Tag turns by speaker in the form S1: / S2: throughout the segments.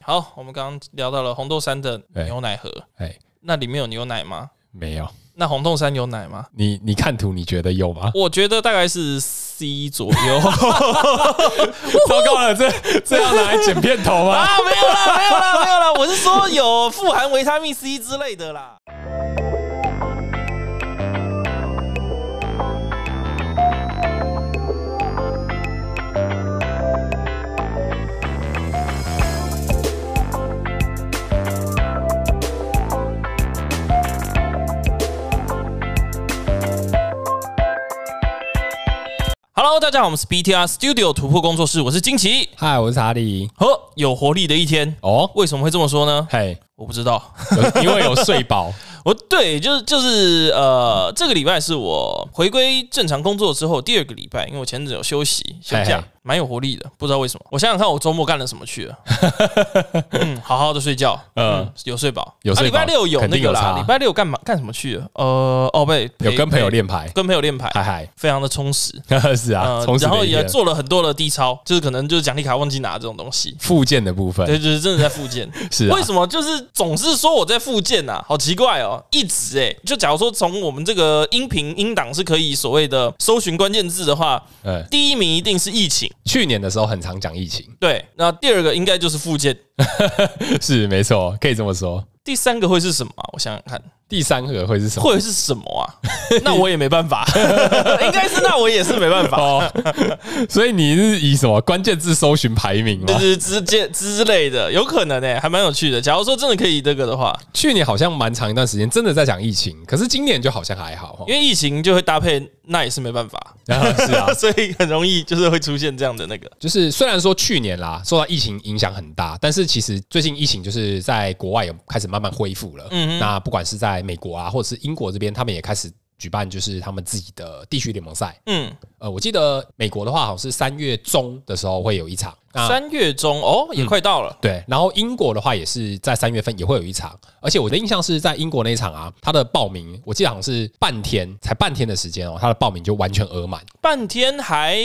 S1: 好，我们刚刚聊到了红豆杉的
S2: 哎
S1: 牛奶盒，
S2: 哎，
S1: 那里面有牛奶吗？
S2: 没有，
S1: 那红豆杉有奶吗？？
S2: 你你看图，你觉得有吗
S1: 我觉得大概是 C 左右
S2: 糟糕了，这这要拿来剪片头吗？
S1: 啊，没有啦，没有啦，没有啦，我是说有富含维他命 C 之类的啦。Hello，大家好，我们是 BTR Studio 突破工作室，我是金奇。
S2: 嗨，我是查理。
S1: 呵，有活力的一天。
S2: 哦，
S1: 为什么会这么说呢？
S2: 嘿，
S1: 我不知道。
S2: 有因为有睡饱，
S1: 我对，就是就是呃，这个礼拜是我回归正常工作之后第二个礼拜，因为我前阵子有休息休假
S2: 嘿嘿，
S1: 蛮有活力的。不知道为什么，我想想看，我周末干了什么去了？嗯，好好的睡觉，
S2: 嗯
S1: 嗯，有睡饱，
S2: 有睡
S1: 啊礼拜
S2: 饱
S1: 六有
S2: 肯
S1: 那
S2: 定
S1: 个
S2: 有
S1: 啦，
S2: 差
S1: 礼拜六干嘛干什么去了？呃，哦，被
S2: 有跟朋友，练
S1: 陪
S2: 牌，
S1: 跟朋友练牌，
S2: 嗨嗨。
S1: 非常的充实。
S2: 是啊，
S1: 呃
S2: 从，此
S1: 然后
S2: 的一
S1: 也
S2: 天
S1: 做了很多的低超，就是可能就是奖励卡忘记拿这种东西，
S2: 附件的部分
S1: 对，就是真的在复健。
S2: 是啊
S1: 为，什么 就是总是说我在复健呐、啊？好奇怪哦，一直哎、就假如说从我们这个音频音档是可以所谓的搜寻关键字的话，
S2: 嗯，
S1: 第一名一定是疫情，
S2: 去年的时候很常讲疫情，
S1: 对，那第二个应该就是复健，
S2: 是没错，可以这么说。
S1: 第三个会是什么啊、我想想看，
S2: 第三个会是什么？
S1: 会是什么啊？那我也没办法， 应该是那我也是没办法。
S2: 哦，所以你是以什么关键字搜寻排名吗
S1: 就？是之间之类的，有可能哎、还蛮有趣的。假如说真的可以这个的话，
S2: 去年好像蛮长一段时间真的在讲疫情，可是今年就好像还 好哦。
S1: 因为疫情就会搭配，那也是没办法，
S2: 啊是啊，
S1: 所以很容易就是会出现这样的那个。
S2: 就是虽然说去年啦受到疫情影响很大，但是其实最近疫情就是在国外有开始慢慢恢复了。
S1: 嗯哼
S2: 那不管是在美国啊，或者是英国这边，他们也开始举办就是他们自己的地区联盟赛。
S1: 嗯，
S2: 呃，我记得美国的话，好像是三月中的时候会有一场。那
S1: 三月中哦，也快到了。
S2: 对，然后英国的话也是在三月份也会有一场，而且我的印象是在英国那一场啊，它的报名我记得好像是半天，才半天的时间哦，它的报名就完全额满。
S1: 半天还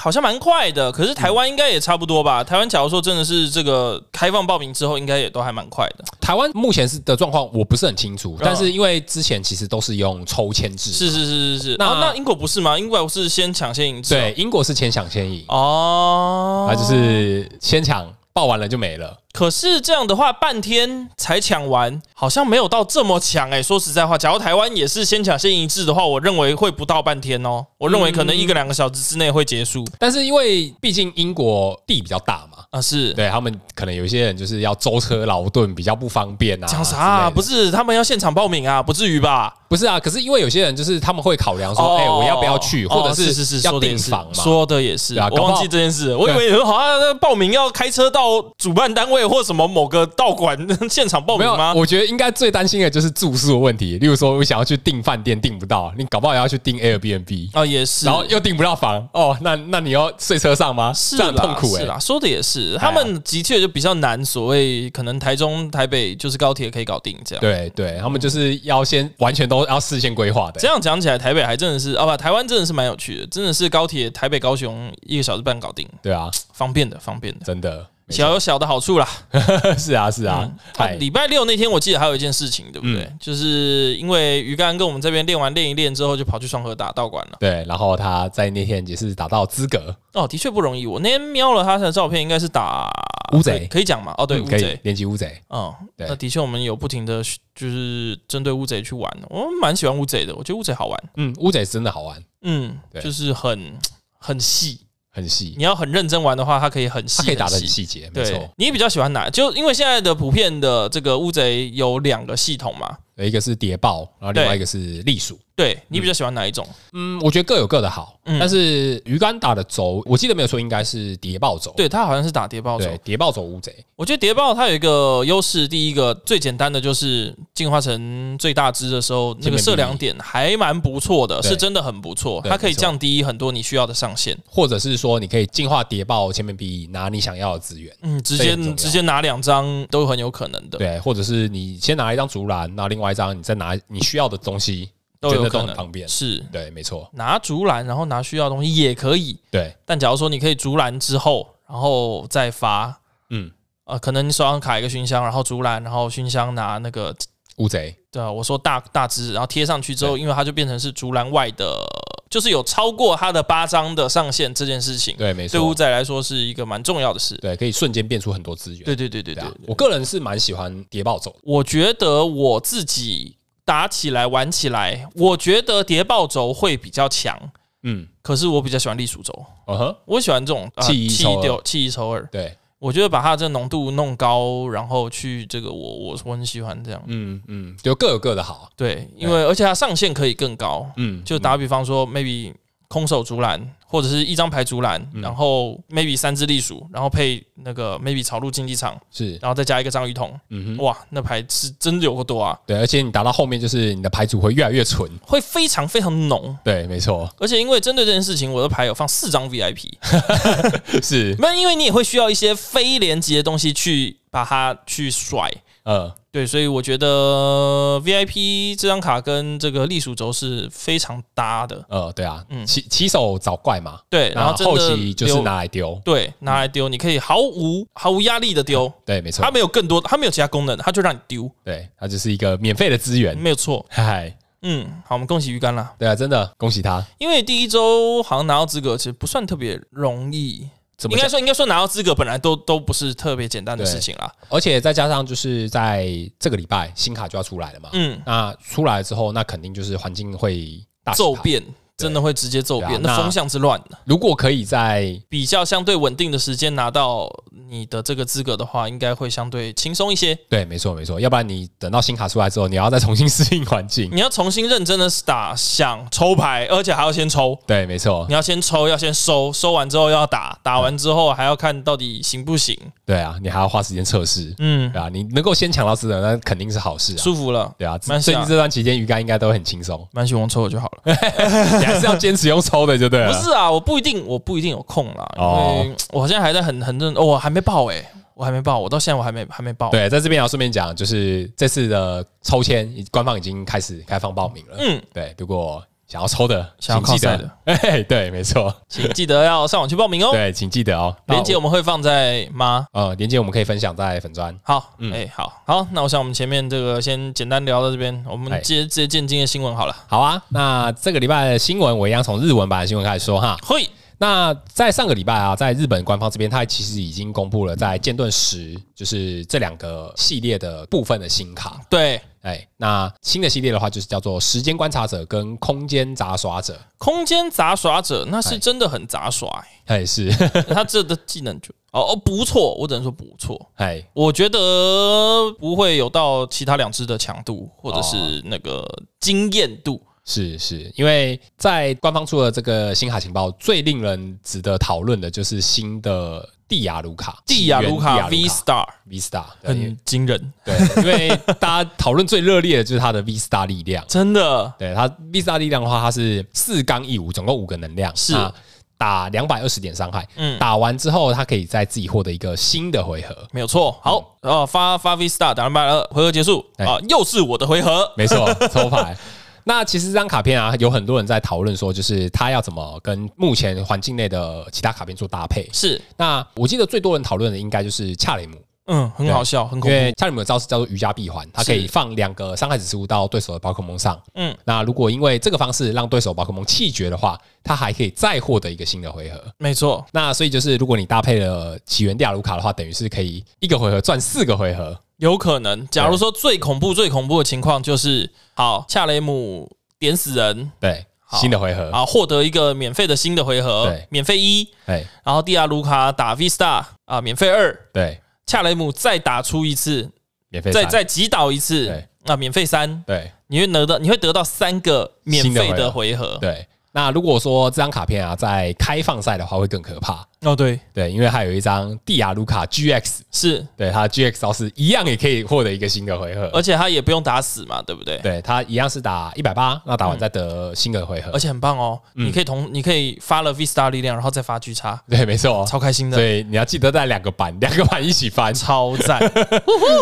S1: 好像蛮快的，可是台湾应该也差不多
S2: 嗯
S1: 吧？台湾假如说真的是这个开放报名之后，应该也都还蛮快的。
S2: 台湾目前是的状况我不是很清楚，但是因为之前其实都是用抽签制，
S1: 嗯是是是是是。
S2: 那
S1: 那、啊那英国不是吗？英国是先抢先赢制哦。
S2: 对，英国是先抢先赢，
S1: 哦，
S2: 啊，就。是先抢报完了就没了。
S1: 可是这样的话，半天才抢完，好像没有到这么强哎、说实在话，假如台湾也是先抢先赢制的话，我认为会不到半天哦。我认为可能一
S2: 嗯
S1: 个两个小时之内会结束
S2: 但是因为毕竟英国地比较大嘛，
S1: 啊。是
S2: 对他们可能有一些人就是要舟车劳顿，比较不方便啊。
S1: 讲啥、啊？
S2: 之类的
S1: 不是他们要现场报名啊？不至于吧？
S2: 不是啊，可是因为有些人就是他们会考量说，
S1: 哦
S2: 哎、我要不要去，
S1: 哦
S2: 或者
S1: 是是
S2: 要
S1: 说的
S2: 订
S1: 也是
S2: 房嘛？
S1: 说的也是，
S2: 对啊
S1: 我
S2: 搞不
S1: 忘
S2: 好
S1: 记这件事，我以为好像那报名要开车到主办单位或什么某个道馆 现场报
S2: 没
S1: 名
S2: 有
S1: 吗，？
S2: 我觉得应该最担心的就是住宿的问题。例如说，我想要去订饭店订不到，你搞不好也要去订 Airbnb，
S1: 啊，也是，
S2: 然后又订不到房，哦，那那你要睡车上吗？
S1: 是
S2: 这样
S1: 啦，
S2: 很痛苦哎、
S1: 是啦，说的也是，
S2: 哎
S1: 他
S2: 呀
S1: 们的确就比较难，所谓可能台中、台北就是高铁可以搞定这样。
S2: 对对，他们就是要先完全都要事先规划的、
S1: 这样讲起来，台北还真的是啊不，台湾真的是蛮有趣的，真的是高铁台北高雄一个小时半搞定，
S2: 对啊，
S1: 方便的，方便的，
S2: 真的没
S1: 小有小的好处啦。
S2: 错 是啊是啊，嗯
S1: 啊
S2: 嗨、
S1: 礼拜六那天我记得还有一件事情，对不对？就是因为鱼竿跟我们这边练完练一练之后，就跑去双河打道馆了。
S2: 对，然后他在那天也是达到资格，
S1: 哦，的确不容易。我那天瞄了他的照片，应该是打
S2: 乌贼
S1: 可以可以讲嘛？哦，对，
S2: 嗯
S1: 乌
S2: 可以
S1: 贼。
S2: 连级乌贼，
S1: 哦，
S2: 对
S1: 那的确我们有不停的就是针对乌贼去玩，我蛮喜欢乌贼的，我觉得乌贼好玩。
S2: 嗯，乌贼真的好玩，
S1: 嗯，
S2: 对
S1: 就是很很细，
S2: 很细，
S1: 你要很认真玩的话，它可以很嗯细，
S2: 它可以打的
S1: 很
S2: 很。细节，没
S1: 对
S2: 错，，
S1: 你比较喜欢哪？就因为现在的普遍的这个乌贼有两个系统嘛，
S2: 有一个是谍报，然后另
S1: 对
S2: 外一个是隶属。
S1: 对你比较喜欢哪一种？
S2: 嗯，我觉得各有各的好，
S1: 嗯
S2: 但是鱼竿打的轴，我记得没有错，应该是谍报轴。
S1: 对，它好像是打谍报
S2: 对
S1: 轴，，
S2: 谍报轴乌贼，
S1: 我觉得谍报它有一个优势，第一个最简单的就是进化成最大只的时候，那
S2: 见面
S1: 个
S2: 比例
S1: 射量点还蛮不错的，
S2: 对
S1: 是真的很不错，
S2: 对
S1: 它可以
S2: 没错
S1: 降低很多你需要的上限。
S2: 或者是说你可以进化谍报前面比拿你想要的资源。
S1: 嗯，直
S2: 这也
S1: 接
S2: 很重要
S1: 直接拿两张都很有可能的，
S2: 对，或者是你先拿一张竹篮，拿另外一张，你再拿你需要的东西，
S1: 都
S2: 觉
S1: 有
S2: 得
S1: 可
S2: 都
S1: 能
S2: 很方便。
S1: 是
S2: 对，没错，
S1: 拿竹篮，然后拿需要的东西也可以。
S2: 对，
S1: 但假如说你可以竹篮之后，然后再发，
S2: 嗯，
S1: 呃，可能你手上卡一个熏香，然后竹篮，然后熏香拿那个，
S2: 乌贼
S1: 对啊，我说大大只，然后贴上去之后，因为它就变成是竹篮外的，就是有超过它的八张的上限这件事情，
S2: 对，没
S1: 对乌
S2: 错，
S1: 仔来说是一个蛮重要的事。
S2: 对，可以瞬间变出很多资源。
S1: 对对对对
S2: 对
S1: 对
S2: 啊，，我个人是蛮喜欢谍报走的，
S1: 我觉得我自己打起来玩起来，我觉得谍报轴会比较强，
S2: 嗯，
S1: 可是我比较喜欢隶属轴，
S2: 嗯哼，
S1: 我喜欢这种呃
S2: 弃一
S1: 弃
S2: 抽二
S1: 丢弃一抽二。
S2: 对，
S1: 我觉得把它这浓度弄高，然后去这个我我我很喜欢这样。
S2: 嗯嗯，就各有各的好，
S1: 对，因为而且它上限可以更高，
S2: 嗯，
S1: 就打比方说，maybe 空手竹篮或者是一张牌竹篮，
S2: 嗯
S1: 然后 maybe 三只栗鼠，然后配那个 maybe 草鹿竞技场，
S2: 是，
S1: 然后再加一个章鱼桶，
S2: 嗯哼，
S1: 哇，那牌是真的有个多啊，
S2: 对，而且你打到后面就是你的牌组会越来越纯，
S1: 会非常非常浓。
S2: 对，没错，
S1: 而且因为针对这件事情，我的牌有放四张 VIP，
S2: 是，
S1: 没有，因为你也会需要一些非连级的东西去把它去甩。
S2: 嗯，
S1: 对，所以我觉得 VIP 这张卡跟这个隶属轴是非常搭的。
S2: 呃，对啊
S1: 嗯，
S2: 起起手找怪嘛，
S1: 对，然
S2: 然
S1: 后
S2: 后
S1: 真的
S2: 后期就是
S1: 留
S2: 拿来丢，
S1: 对拿来丢，你可以毫无毫无压力的丢，
S2: 对，没错
S1: 它，没有更多，它没有其他功能，它就让你丢，
S2: 对，它就是一个免费的资源，
S1: 没有错。
S2: 嗨，
S1: 嗯，好，我们恭喜鱼竿啦，
S2: 对啊，真的恭喜他，
S1: 因为第一周好像拿到资格其实不算特别容易，
S2: 怎么
S1: 应该
S2: 讲？
S1: 说应该说拿到资格本来都都不是特别简单的事情啦。
S2: 而且再加上就是在这个礼拜新卡就要出来了嘛，
S1: 嗯，
S2: 那出来之后，那肯定就是环境会大洗
S1: 骤
S2: 牌。
S1: 变真的会直接骤
S2: 啊对啊
S1: 变，那
S2: 那
S1: 风向之乱呢
S2: 如果可以在
S1: 比较相对稳定的时间拿到你的这个资格的话，应该会相对轻松一些。
S2: 对，没错没错，要不然你等到新卡出来之后，你要再重新适应环境。
S1: 你要重新认真的打，想抽牌，而且还要先抽。
S2: 对，没错
S1: 你，要先抽，要先收，收完之后要打，打完之后还要看到底行不行。
S2: 对啊，你还要花时间测试，
S1: 嗯
S2: 对，啊，你能够先抢到资源，那肯定是好事啊。
S1: 舒服了，
S2: 对啊，
S1: 蛮
S2: 最
S1: 想，
S2: 近这段期间鱼竿应该都很轻松
S1: 蛮喜欢抽我就好了。
S2: 你还是要坚持用抽的就对
S1: 哎不
S2: 了。
S1: 是啊，我不一定，我不一定有空啦，因
S2: 哦
S1: 为我现在还在很很认，哦，我还没报哎、我还没报，我到现在我还没还没报。，
S2: 对，在这边也要顺便讲，就是这次的抽签，官方已经开始开放报名了。
S1: 嗯，
S2: 对，如果想要抽的，
S1: 想要
S2: 请记
S1: 靠赛
S2: 得，哎， 对，没错，
S1: 请记得要上网去报名 哦。
S2: 对，请记得哦。
S1: 链接我们会放在吗？
S2: 呃，连接我们可以分享在粉砖。
S1: 好，哎、
S2: 嗯
S1: 好好，那我想我们前面这个先简单聊到这边，我们
S2: 哎
S1: 接直接进今天的新闻好了。
S2: 好啊，那这个礼拜的新闻我一样从日文版的新闻开始说哈。
S1: 嘿，
S2: 那在上个礼拜啊，在日本官方这边，它其实已经公布了在剑盾十，就是这两个系列的部分的新卡。
S1: 对，
S2: 哎，那新的系列的话，就是叫做时间观察者跟空间杂耍者。
S1: 空间杂耍者那是
S2: 哎
S1: 真的很杂耍、
S2: 哎，是，
S1: 欸， 他这的技能就哦哦不错，我只能说不错。
S2: 哎，
S1: 我觉得不会有到其他两只的强度，或者是那个惊艳度。
S2: 是是，因为在官方出的这个新卡情报，最令人值得讨论的就是新的蒂亚卢卡，
S1: 蒂亚卢
S2: 起
S1: 卡 V
S2: 源蒂
S1: Star
S2: V Star，对
S1: 很惊人，
S2: 对，因为大家讨论最热烈的就是它的 V Star 力量。
S1: 真的
S2: 对它 V Star 力量的话，它是四刚一五，总共五个能量，
S1: 是
S2: 那打两百二十点伤害。
S1: 嗯
S2: 嗯，打完之后，它可以再自己获得一个新的回合。
S1: 没有错。好，哦，发发 V Star 打完败了，回合结束
S2: 哎
S1: 啊，又是我的回合。
S2: 没错，抽牌。那其实这张卡片啊，有很多人在讨论说，就是它要怎么跟目前环境内的其他卡片做搭配。
S1: 是，
S2: 那我记得最多人讨论的应该就是恰雷姆，
S1: 嗯，很好笑，很
S2: 因
S1: 恐怖。
S2: 为恰雷姆的招式叫做瑜伽闭环，它可以放两个伤害指示物到对手的宝可梦上。
S1: 嗯
S2: 嗯，那如果因为这个方式让对手宝可梦弃绝的话，它还可以再获得一个新的回合。
S1: 没错，
S2: 那所以就是，如果你搭配了起源地亚卢卡的话，等于是可以一个回合赚四个回合。
S1: 有可能。假如说最恐怖、最恐怖的情况就是，好，夏雷姆点死人
S2: 对，
S1: 好
S2: 新的回合。
S1: 啊，获得一个免费的新的回合
S2: 对，
S1: 免费一。
S2: 哎，
S1: 然后蒂亚卢卡打 V Star 啊，免费二。
S2: 对，
S1: 恰雷姆再打出一次，
S2: 免费
S1: 再
S2: 三
S1: 再击倒一次
S2: 对，
S1: 啊，免费三，
S2: 对
S1: 你会得到你会得到三个免费的回合。
S2: 对。那如果说这张卡片啊，在开放赛的话会更可怕，
S1: 哦，对，
S2: 对，因为它有一张蒂亚卢卡 GX，
S1: 是，
S2: 对，它的 GX 招式一样也可以获得一个新的回合，
S1: 而且他也不用打死嘛，对不对？
S2: 对，它一样是打一百八，那打完再得新的回合
S1: 嗯而，且很棒哦，
S2: 嗯
S1: 你可以同你可以发了 V Star 力量，然后再发巨叉，
S2: 对，没错，
S1: 超开心
S2: 所
S1: 的，
S2: 以你要记得带两个版，两个版一起翻，
S1: 超赞。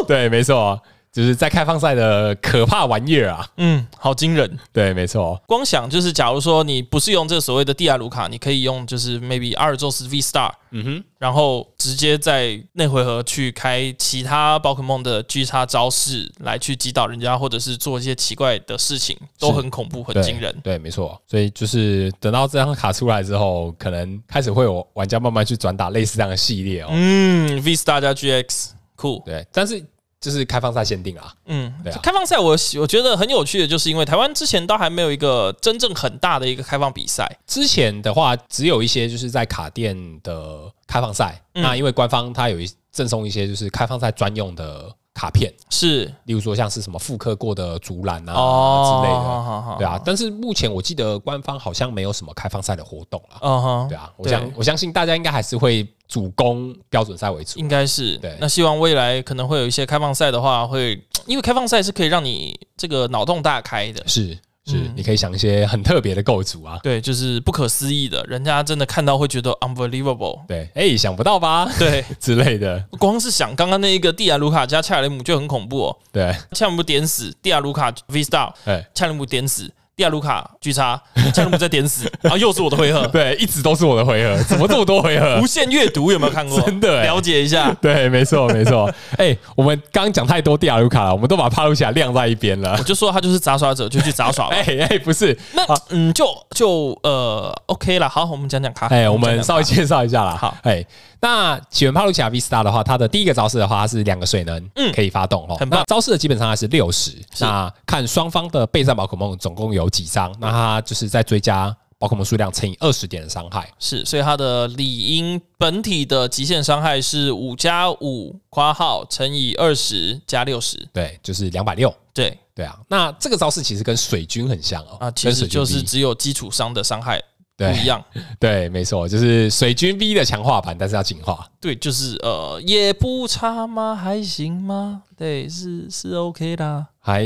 S2: 对，没错。就是在开放赛的可怕玩意儿啊！
S1: 嗯，好惊人。
S2: 对，没错，
S1: 光想就是，假如说你不是用这个所谓的蒂亚卢卡，你可以用就是 maybe 阿尔宙斯 V Star，
S2: 嗯哼，
S1: 然后直接在内回合去开其他宝可梦的 G 叉招式来去击倒人家，或者是做一些奇怪的事情，都很恐怖，很
S2: 对
S1: 惊人。
S2: 对，没错。所以就是等到这张卡出来之后，可能开始会有玩家慢慢去转打类似这样的系列哦。
S1: 嗯，V Star 加 GX，酷。
S2: 对，但是就是开放赛限定啦。
S1: 嗯，
S2: 对啊
S1: 开放赛我喜我觉得很有趣的，就是因为台湾之前都还没有一个真正很大的一个开放比赛。
S2: 之前的话，只有一些就是在卡店的开放赛，
S1: 嗯
S2: 那因为官方它有一赠送一些就是开放赛专用的卡片，
S1: 是
S2: 例如说像是什么复刻过的竹篮啊、
S1: 哦
S2: 之类
S1: 好
S2: 的，
S1: 好好
S2: 对啊。但是目前我记得官方好像没有什么开放赛的活动啦。
S1: 嗯哼，
S2: 对啊，我相
S1: 对
S2: 我相信大家应该还是会主攻标准赛为主。
S1: 应该是
S2: 对
S1: 那希望未来可能会有一些开放赛的话，会因为开放赛是可以让你这个脑洞大开的，
S2: 是是，
S1: 嗯
S2: 你可以想一些很特别的构筑啊。
S1: 对，就是不可思议的，人家真的看到会觉得 unbelievable。
S2: 对，哎、想不到吧
S1: 对，
S2: 之类的。
S1: 光是想刚刚那一个蒂亚卢卡加恰雷姆就很恐怖哦，
S2: 对，
S1: 恰雷姆点死，蒂亚卢卡 V star，
S2: 哎、
S1: 恰雷姆点死。蒂亚卢卡巨叉，恰雷姆再点 死，然后又是我的回合，
S2: 对，一直都是我的回合，怎么这么多回合
S1: 无？限阅读有没有看 过？
S2: 真的欸
S1: 了解一下。
S2: 对，没错，没错。 哎、我们刚刚讲太多蒂亚卢卡了，我们都把帕鲁西亚晾在一边了
S1: 我。就说他就是杂耍者，就去杂耍吧
S2: 哎。哎、不是，
S1: 那嗯，就就呃，OK 了。好，我们讲讲卡。
S2: 哎、我
S1: 讲
S2: 们
S1: 讲
S2: 稍微介绍一下啦。
S1: 好
S2: 哎、那起源帕鲁奇亚 V Star 的话，它的第一个招式的话，它是两个水能，
S1: 嗯
S2: 可以发动哦。
S1: 很棒
S2: 那招式的基本上还是六十，那看双方的备战宝可梦总共有几张，那它就是在追加宝可梦数量乘以二十点的伤害。
S1: 是，所以它的理应本体的极限伤害是五加五括号乘以二十加六十，
S2: 对，就是两百六。
S1: 对
S2: 对啊，那这个招式其实跟水军很像哦，
S1: 啊，其
S2: 跟
S1: 实
S2: 水军
S1: 就是
S2: V
S1: 只有基础伤的伤害不
S2: 对
S1: 一样，
S2: 对，没错，就是水军 V 的强化版，但是要进化。
S1: 对，就是呃也不差吗？还行吗？对，是是 OK 啊啦，
S2: 还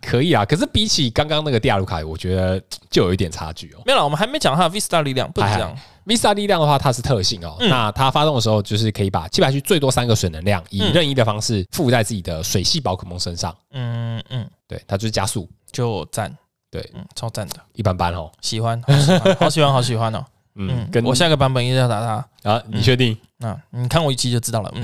S2: 可以啊，可是比起刚刚那个蒂亚卢卡，我觉得就有一点差距哦。
S1: 没有啦，我们还没讲它的 Vista 力量，不能
S2: 哎
S1: 这样，
S2: Visa 力量的话，它是特性
S1: 嗯
S2: 哦。那它发动的时候，就是可以把七百区最多三个水能量，以任意的方式附在自己的水系宝可梦身上。
S1: 嗯嗯，
S2: 对，它就是加速，
S1: 就赞，
S2: 对，
S1: 嗯，超赞的，
S2: 一般般哦。
S1: 喜欢，好喜欢，好喜欢，好喜欢哦，
S2: 嗯
S1: 嗯，，
S2: 跟
S1: 我下个版本一定要打它。
S2: 啊，你确定？
S1: 啊，你看我一期就知道了， 嗯，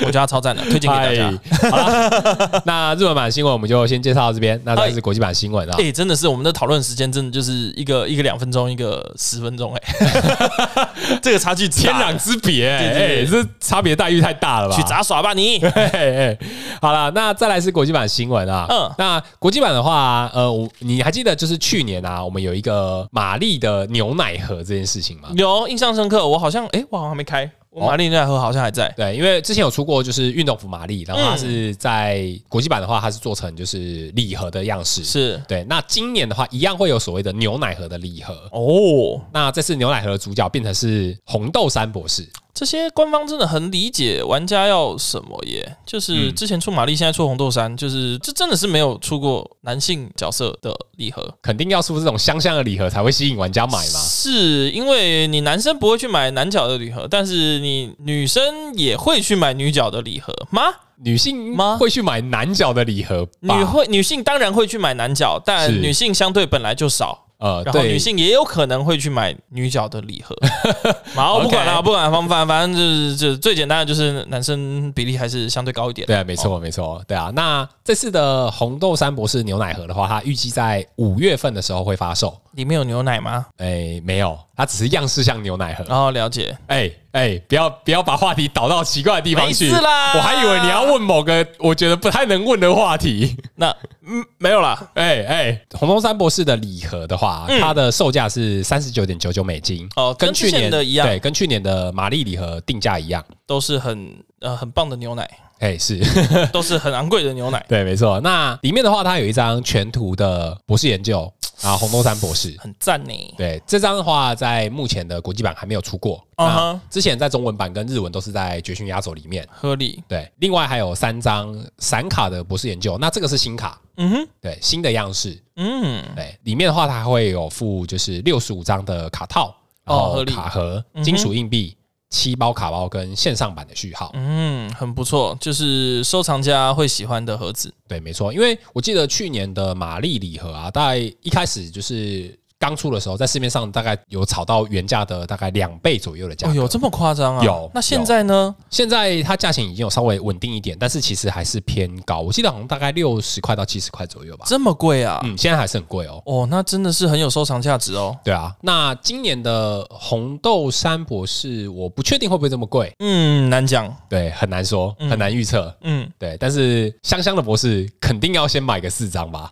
S1: 我觉得它超赞的，推荐给大家。
S2: 嗨 好啦那日文版新闻我们就先介绍到这边，那再是国际版新闻啊
S1: 哎、。真的是我们的讨论时间，真的就是一个一个两分钟，一个十分钟、 哎，这个差距
S2: 天
S1: 天
S2: 壤之别，
S1: 对对
S2: 哎，这差别待遇太大了吧？
S1: 去杂耍吧你！
S2: 嘿嘿，好了，那再来是国际版新闻啊。
S1: 嗯
S2: 嗯，那国际版的话，呃，我你还记得就是去年啊，我们有一个玛丽的牛奶盒这件事情吗？
S1: 有印象深刻，我好像哎、我好像还没开，
S2: 哦
S1: 我玛丽奈盒好像还在。
S2: 对，因为之前有出过就是运动服玛丽，然后它是在国际版的话，它是做成就是礼盒的样式。
S1: 是
S2: 对，那今年的话，一样会有所谓的牛奶盒的礼盒。
S1: 哦，
S2: 那这次牛奶盒的主角变成是红豆杉博士，
S1: 这些官方真的很理解玩家要什么耶，
S2: 嗯
S1: 就是之前出玛丽，现在出红豆杉，就是这真的是没有出过男性角色的礼盒。
S2: 肯定要出这种香香的礼盒才会吸引玩家买嘛。
S1: 是因为你男生不会去买男角的礼盒，但是你女生也会去买女角的礼盒吗？
S2: 女性
S1: 吗
S2: 会去买男角的礼盒吧？
S1: 女会女性当然会去买男角，但
S2: 是
S1: 女性相对本来就少，
S2: 呃，
S1: 然后
S2: 对
S1: 女性也有可能会去买女角的礼 盒。然后
S2: OK
S1: 不管了，不管了反反反正就是就最简单的就是男生比例还是相对高一点。
S2: 对啊，没错，没错，对啊。那这次的红豆杉博士牛奶盒的话，它预计在五月份的时候会发售。
S1: 里面有牛奶吗？
S2: 哎，没有，它只是样式像牛奶盒。
S1: 然后了解，
S2: 哎哎，不要不要把话题导到奇怪的地方去
S1: 没事啦
S2: 我还以为你要问某个我觉得不太能问的话题。
S1: 那嗯没有啦，
S2: 哎哎，红豆杉博士的礼盒的话，它的售价是三十九点九九美金。
S1: 嗯哦，跟之
S2: 去
S1: 前
S2: 年
S1: 的一样，
S2: 对，跟去年的玛丽礼盒定价一样。
S1: 都是很呃很棒的牛奶，
S2: 哎，是
S1: 都是很昂贵的牛奶，
S2: 对，没错。那里面的话，它有一张全图的博士研究啊，红豆杉博士。
S1: 很赞呢。
S2: 对，这张的话，在目前的国际版还没有出过。
S1: 嗯
S2: 啊，
S1: 哼，
S2: 之前在中文版跟日文都是在《绝训压轴》里面。
S1: 合理。
S2: 对，另外还有三张散卡的博士研究，那这个是新卡，
S1: 嗯哼，
S2: 对，新的样式。
S1: 嗯，
S2: 对，里面的话，它还会有附就是六十五张的卡套，然
S1: 哦合
S2: 后
S1: 理
S2: 卡盒
S1: 嗯哼、
S2: 金属硬币、七包卡包跟线上版的序号。
S1: 嗯，很不错，就是收藏家会喜欢的盒子。
S2: 对，没错，因为我记得去年的玛丽礼盒啊，大概一开始就是刚出的时候，在市面上大概有炒到原价的大概两倍左右的价
S1: 哦，
S2: 格。
S1: 有这么夸张啊？
S2: 有
S1: 那现在呢？
S2: 现在它价钱已经有稍微稳定一点，但是其实还是偏高。我记得好像大概六十块到七十块左右吧。
S1: 这么贵啊？
S2: 嗯，现在还是很贵哦。
S1: 哦，那真的是很有收藏价值哦。
S2: 对啊，那今年的红豆山博士，我不确定会不会这么贵，
S1: 嗯，难讲。
S2: 对，很难说，很难预测。
S1: 嗯，
S2: 对，但是香香的博士肯定要先买个四张吧，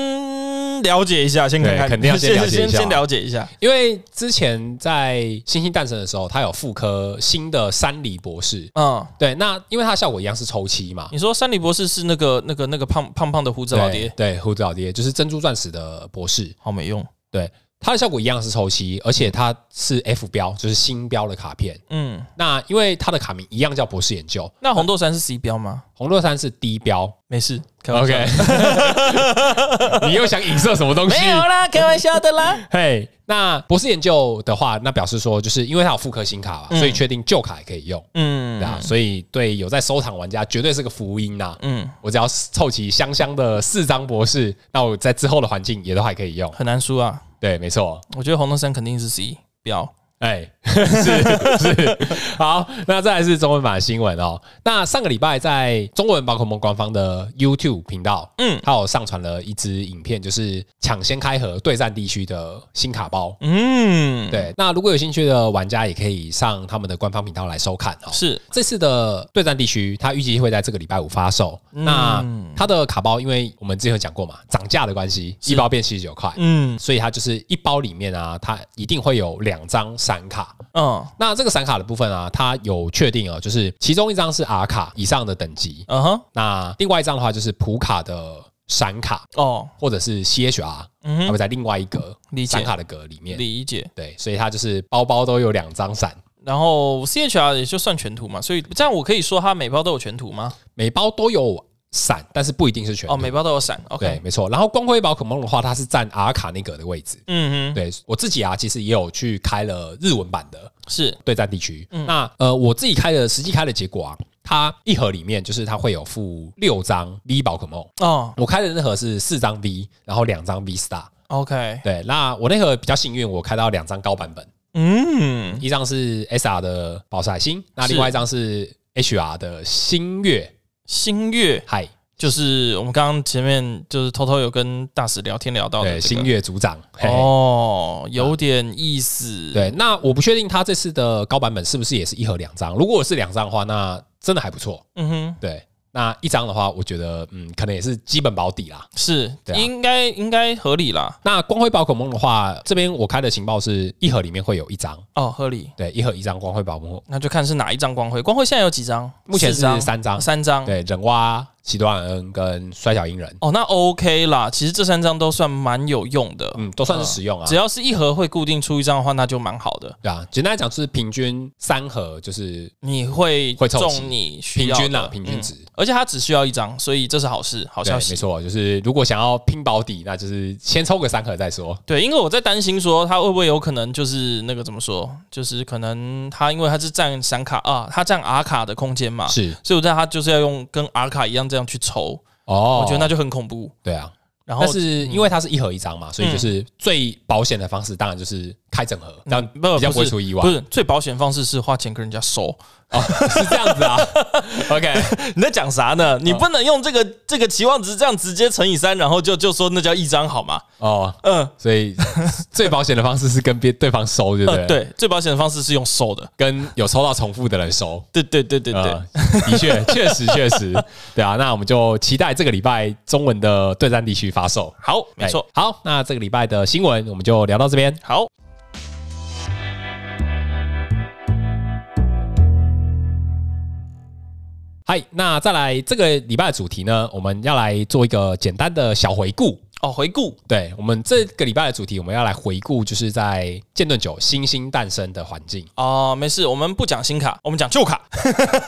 S1: 先了解一下，先看看，
S2: 对肯定要先了解一
S1: 先
S2: 下
S1: 先了解一下。
S2: 因为之前在星星诞生的时候，它有复刻新的山里博士。
S1: 嗯，
S2: 对，那因为它效果一样是抽漆嘛，
S1: 你说山里博士是那个那个那个胖胖胖的胡子老
S2: 对
S1: 爹，
S2: 对，胡子老爹就是珍珠钻石的博士，
S1: 好没用。
S2: 对，它的效果一样是抽漆，而且它是 F 标，就是新标的卡片。
S1: 嗯，
S2: 那因为它的卡名一样叫博士研究，
S1: 那红豆杉是 C 标吗？
S2: 红洛山是 D 标。
S1: 没事开玩笑
S2: OK，你又想影射什么东西？
S1: 没有啦，开玩笑的啦。
S2: 嘿那博士研究的话，那表示说，就是因为它有复刻新卡嘛，所以确定旧卡也可以用，
S1: 嗯
S2: 对啊，所以对有在收藏玩家绝对是个福音呐、
S1: 嗯，
S2: 我只要凑齐香香的四张博士，那我在之后的环境也都还可以用。
S1: 很难输啊。
S2: 对，没错。
S1: 我觉得红豆杉肯定是 C 标。
S2: 哎， 是是，好，那再来是中文版的新闻哦。那上个礼拜在中文宝可梦官方的 YouTube 频道，
S1: 嗯
S2: 嗯，它有上传了一支影片，就是抢先开盒对战地区的新卡包。
S1: 嗯，，
S2: 对，那如果有兴趣的玩家，也可以上他们的官方频道来收看哦。
S1: 是
S2: 这次的对战地区，它预计会在这个礼拜五发售。
S1: 嗯
S2: 那它的卡包，因为我们之前有讲过嘛，涨价的关系，一包变七十九块，
S1: 嗯
S2: 所以它就是一包里面啊，它一定会有两张闪卡。
S1: 嗯
S2: 那这个闪卡的部分啊，它有确定哦，就是其中一张是 R 卡以上的等级，
S1: 嗯哼
S2: 那另外一张的话就是普卡的闪卡
S1: 哦，
S2: 或者是 CHR，
S1: 嗯
S2: 它
S1: 哼，
S2: 会在另外一格
S1: 理解
S2: 闪卡的格里面。
S1: 理解。
S2: 对，所以它就是包包都有两张闪，
S1: 然后 CHR 也就算全图嘛，所以这样我可以说它每包都有全图吗？
S2: 每包都有闪，但是不一定是全
S1: 哦，
S2: 部
S1: 每包都有闪。
S2: 对，
S1: OK，
S2: 没错。然后光辉宝可梦的话，它是占 R 卡那格的位置。
S1: 嗯哼，
S2: 对我自己啊，其实也有去开了日文版的，
S1: 是
S2: 对战地区。
S1: 嗯
S2: 那呃，我自己开的实际开的结果啊，它一盒里面就是它会有附六张 V 宝可梦。
S1: 哦
S2: 我开的那盒是四张 V，然后两张 V Star。
S1: ，OK，
S2: 对，那我那盒比较幸运，我开到两张高版本，
S1: 嗯，
S2: 一张是 SR 的宝石海星，那
S1: 是
S2: 另外一张是 HR 的星月。
S1: 星月
S2: 嗨，
S1: 就是我们刚刚前面就是偷偷有跟大使聊天聊到的、
S2: 对，星
S1: 月
S2: 月组长。嘿嘿
S1: 哦，有点意思。，
S2: 对，那我不确定他这次的高版本是不是也是一盒两张。如果是两张的话，那真的还不错。
S1: 嗯哼，
S2: 对，那一张的话，我觉得嗯，可能也是基本保底啦。
S1: 是、
S2: 对啊
S1: 应该应该合理啦。
S2: 那光辉宝可梦的话，这边我开的情报是一盒里面会有一张，
S1: 哦，合理。
S2: 对，一盒一张光辉宝可梦，
S1: 那就看是哪一张光辉。光辉现在有几张？
S2: 目前
S1: 四
S2: 是
S1: 张哦
S2: 三张，
S1: 三张。
S2: 对，忍蛙、奇多尔恩跟摔小银人，
S1: 哦，那 OK 啦。其实这三张都算蛮有用的。
S2: 嗯，都算是实用啊
S1: 哦只。要是一盒会固定出一张的话，那就蛮好的。
S2: 对啊，简单来讲就是平均三盒，就是
S1: 你会
S2: 会凑齐
S1: 中你需
S2: 平
S1: 要的嗯
S2: 均啦，平均值。
S1: 而且它只需要一张，所以这是好事，好
S2: 对，
S1: 消
S2: 没
S1: 息。
S2: 错，就是如果想要拼保底，那就是先抽个三盒再说。
S1: 对，因为我在担心说他会不会有可能就是那个怎么说，就是可能他因为他是占闪卡啊，他占 R 卡的空间嘛，
S2: 是
S1: 所以我在他就是要用跟 R 卡一样这样去抽，
S2: 哦，
S1: 我觉得那就很恐怖。
S2: 对啊，
S1: 然后
S2: 但是因为它是一盒一张嘛，所以就是最保险的方式，当然就是开整盒，这样
S1: 不
S2: 比嗯较不
S1: 不
S2: 会
S1: 是
S2: 出意外
S1: 不。是最保险方式是花钱跟人家收，
S2: 哦，是这样子 啊。OK，
S1: 你在讲啥呢？
S2: 嗯
S1: 你不能用这个这个期望值这样直接乘以三，然后就就说那叫一张好吗？
S2: 哦，
S1: 嗯，
S2: 所以最保险的方式是跟别对方收，对不嗯对？
S1: 呃，，对，最保险的方式是用收的。
S2: 跟有抽到重复的人收。
S1: 对对对对对，
S2: 呃，的 确，确实，确实，对啊。那我们就期待这个礼拜中文的对战地区发售。
S1: 好，没错，
S2: 哎好，那这个礼拜的新闻我们就聊到这边。
S1: 好，
S2: 嗨，那再来这个礼拜的主题呢，我们要来做一个简单的小回顾。
S1: 哦，回顾，
S2: 对我们这个礼拜的主题，我们要来回顾，就是在剑盾九新星诞生的环境。
S1: 哦，没事，我们不讲新卡，我们讲旧卡。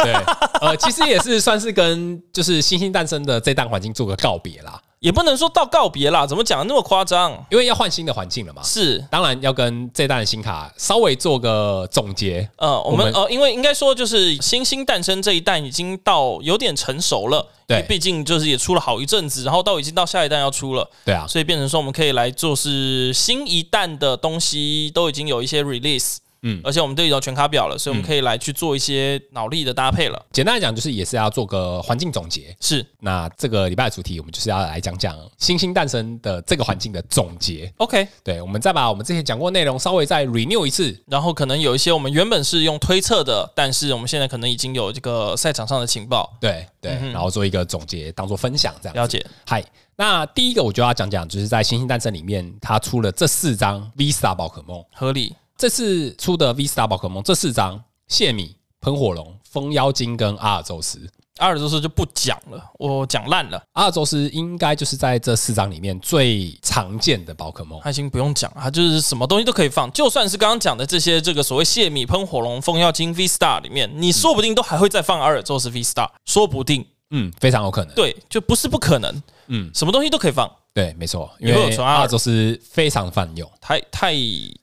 S2: 对，呃，其实也是算是跟就是新星诞生的这档环境做个告别啦。
S1: 也不能说到告别啦，怎么讲得那么夸张？
S2: 因为要换新的环境了嘛。
S1: 是，
S2: 当然要跟这一代的新卡稍微做个总结，
S1: 呃，我
S2: 我
S1: 们
S2: 们
S1: 呃，因为应该说就是新星诞生这一代已经到有点成熟了，
S2: 对
S1: 因为毕竟就是也出了好一阵子，然后到已经到下一代要出了，
S2: 对啊，
S1: 所以变成说我们可以来做是新一弹的东西都已经有一些 release，嗯
S2: 嗯，
S1: 而且我们都已经有全卡表了，所以我们可以来去做一些脑力的搭配了。
S2: 简单来讲就是也是要做个环境总结。
S1: 是
S2: 那这个礼拜的主题，我们就是要来讲讲新星诞生的这个环境的总结。
S1: OK，
S2: 对，我们再把我们之前讲过的内容稍微再 renew 一次。
S1: 然后可能有一些我们原本是用推测的，但是我们现在可能已经有这个赛场上的情报
S2: 对对，
S1: 嗯哼
S2: 然后做一个总结，当做分享这样子。
S1: 了解。
S2: 嗨，那第一个我就要讲讲，就是在《星星诞生》里面，它出了这四张 V Star 宝可梦。
S1: 合理。
S2: 这次出的 V Star 宝可梦这四张：谢米、喷火龙、风妖精跟阿尔宙斯。
S1: 阿尔宙斯就不讲了，我讲烂了，
S2: 阿尔宙斯应该就是在这四张里面最常见的宝可梦。
S1: 他已经不用讲了，他就是什么东西都可以放，就算是刚刚讲的这些这个所谓蟹米、喷火龙、风妖精 V Star 里面，你说不定都还会再放阿尔宙斯 V Star，说不定，
S2: 嗯，非常有可能。
S1: 对，就不是不可能，
S2: 嗯，
S1: 什么东西都可以放，
S2: 对，没错，因
S1: 你会有
S2: 为
S1: 纯阿尔嗯
S2: 阿尔宙斯非常泛用。
S1: 太太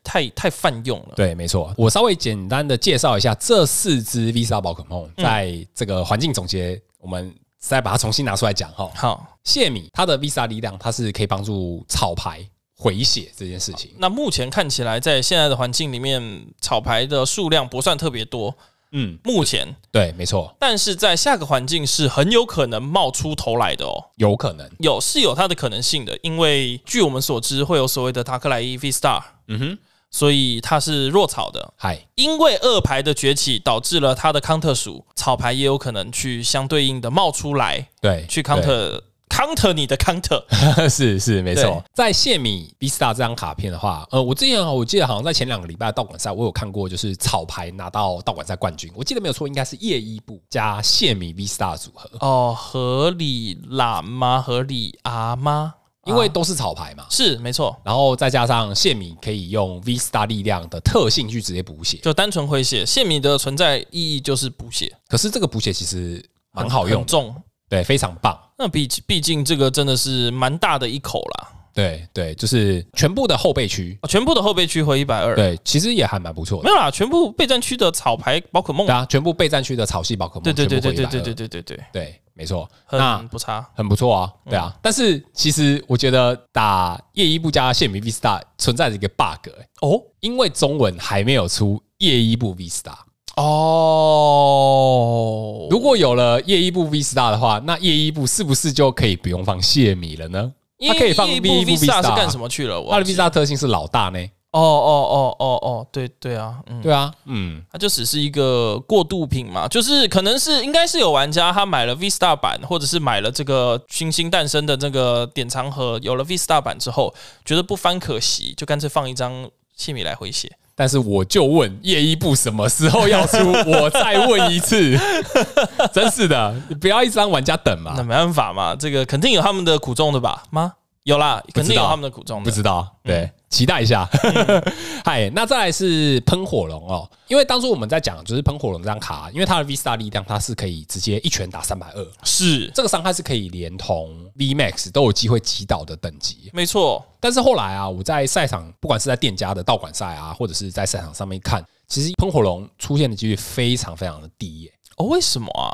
S1: 太太泛用了。
S2: 对，没错。我稍微简单的介绍一下这四只 V Star 宝可梦，
S1: 嗯
S2: 在这个环境总结，我们再把它重新拿出来讲哈。
S1: 好，
S2: 谢米它的 V Star 力量，它是可以帮助草牌回血这件事情。
S1: 那目前看起来，在现在的环境里面，草牌的数量不算特别多，
S2: 嗯，
S1: 目前，
S2: 对，没错，
S1: 但是在下个环境是很有可能冒出头来的哦。
S2: 有可能。
S1: 有是有它的可能性的，因为据我们所知，会有所谓的塔克莱伊 V Star，
S2: 嗯哼，
S1: 所以它是弱草的。
S2: 嗨，
S1: 因为二牌的崛起，导致了它的康特属草牌也有可能去相对应的冒出来，
S2: 对，
S1: 去康特康特你的康特。
S2: 对 是是没
S1: 对
S2: 错。在谢米 V Star 这张卡片的话，呃，我之前我记得好像在前两个礼拜的道馆赛，我有看过，就是草牌拿到道馆赛冠军，我记得没有错，应该是夜一部加谢米 V Star 组合，
S1: 哦，合理喇嘛，合理阿妈，
S2: 因为都是草牌嘛。
S1: 是没错，
S2: 然后再加上谢米可以用 V Star 力量的特性去直接补血，
S1: 就单纯回血。谢米的存在意义就是补血，
S2: 可是这个补血其实蛮好
S1: 很
S2: 用的，
S1: 重。
S2: 对，非常棒。
S1: 那毕毕竟这个真的是蛮大的一口啦，
S2: 对对，就是全部的后备区，
S1: 哦全部的后备区回一百二，
S2: 对，其实也还蛮不错
S1: 没
S2: 的。
S1: 有啦，全部备战区的草牌宝可梦
S2: 对，啊，全部备战区的草系宝可梦，
S1: 嗯对对对对
S2: 全部
S1: 对
S2: 回
S1: 对
S2: 120
S1: 对对对对，
S2: 对，没错，那
S1: 很嗯不差。
S2: 很不错啊，对啊。但是其实我觉得打夜一部加谢米 V Star 存在着一个 bug，、欸、
S1: 哦
S2: 因为中文还没有出夜一部 V Star。
S1: 哦，
S2: 如果有了夜一部 V Star 的话，那夜一部是不是就可以不用放谢米了呢？它可以放 V
S1: 一部
S2: V
S1: Visa
S2: Star 啊
S1: 是干什么去了？我
S2: 它
S1: 忘
S2: 的 V
S1: 记
S2: Star 特性是老大呢？
S1: 哦哦哦哦哦，对对啊，嗯，
S2: 对啊，嗯，
S1: 它就只是一个过渡品嘛，就是可能是应该是有玩家他买了 V Star 版，或者是买了这个星星诞生的这个典藏盒，有了 V Star 版之后，觉得不翻可惜，就干脆放一张谢米来回血。
S2: 但是我就问夜一部什么时候要出，我再问一次， 真是的，你不要一直让玩家等
S1: 那
S2: 嘛。
S1: 没办法嘛，这个肯定有他们的苦衷的吧？吗？有啦，
S2: 不
S1: 肯
S2: 知道
S1: 定有他们的苦衷
S2: 不
S1: 的。
S2: 知道，对，期待一下。 嗨、那再来是喷火龙哦，因为当初我们在讲就是喷火龙这张卡，因为它的 V Star 力量，它是可以直接一拳打三百二，
S1: 是，
S2: 这个伤害是可以连同 V Max 都有机会击倒的等级。
S1: 没错，
S2: 但是后来啊，我在赛场，不管是在店家的道馆赛啊，或者是在赛场上面看，其实喷火龙出现的几率非常非常的低耶、
S1: 哦，为什么啊？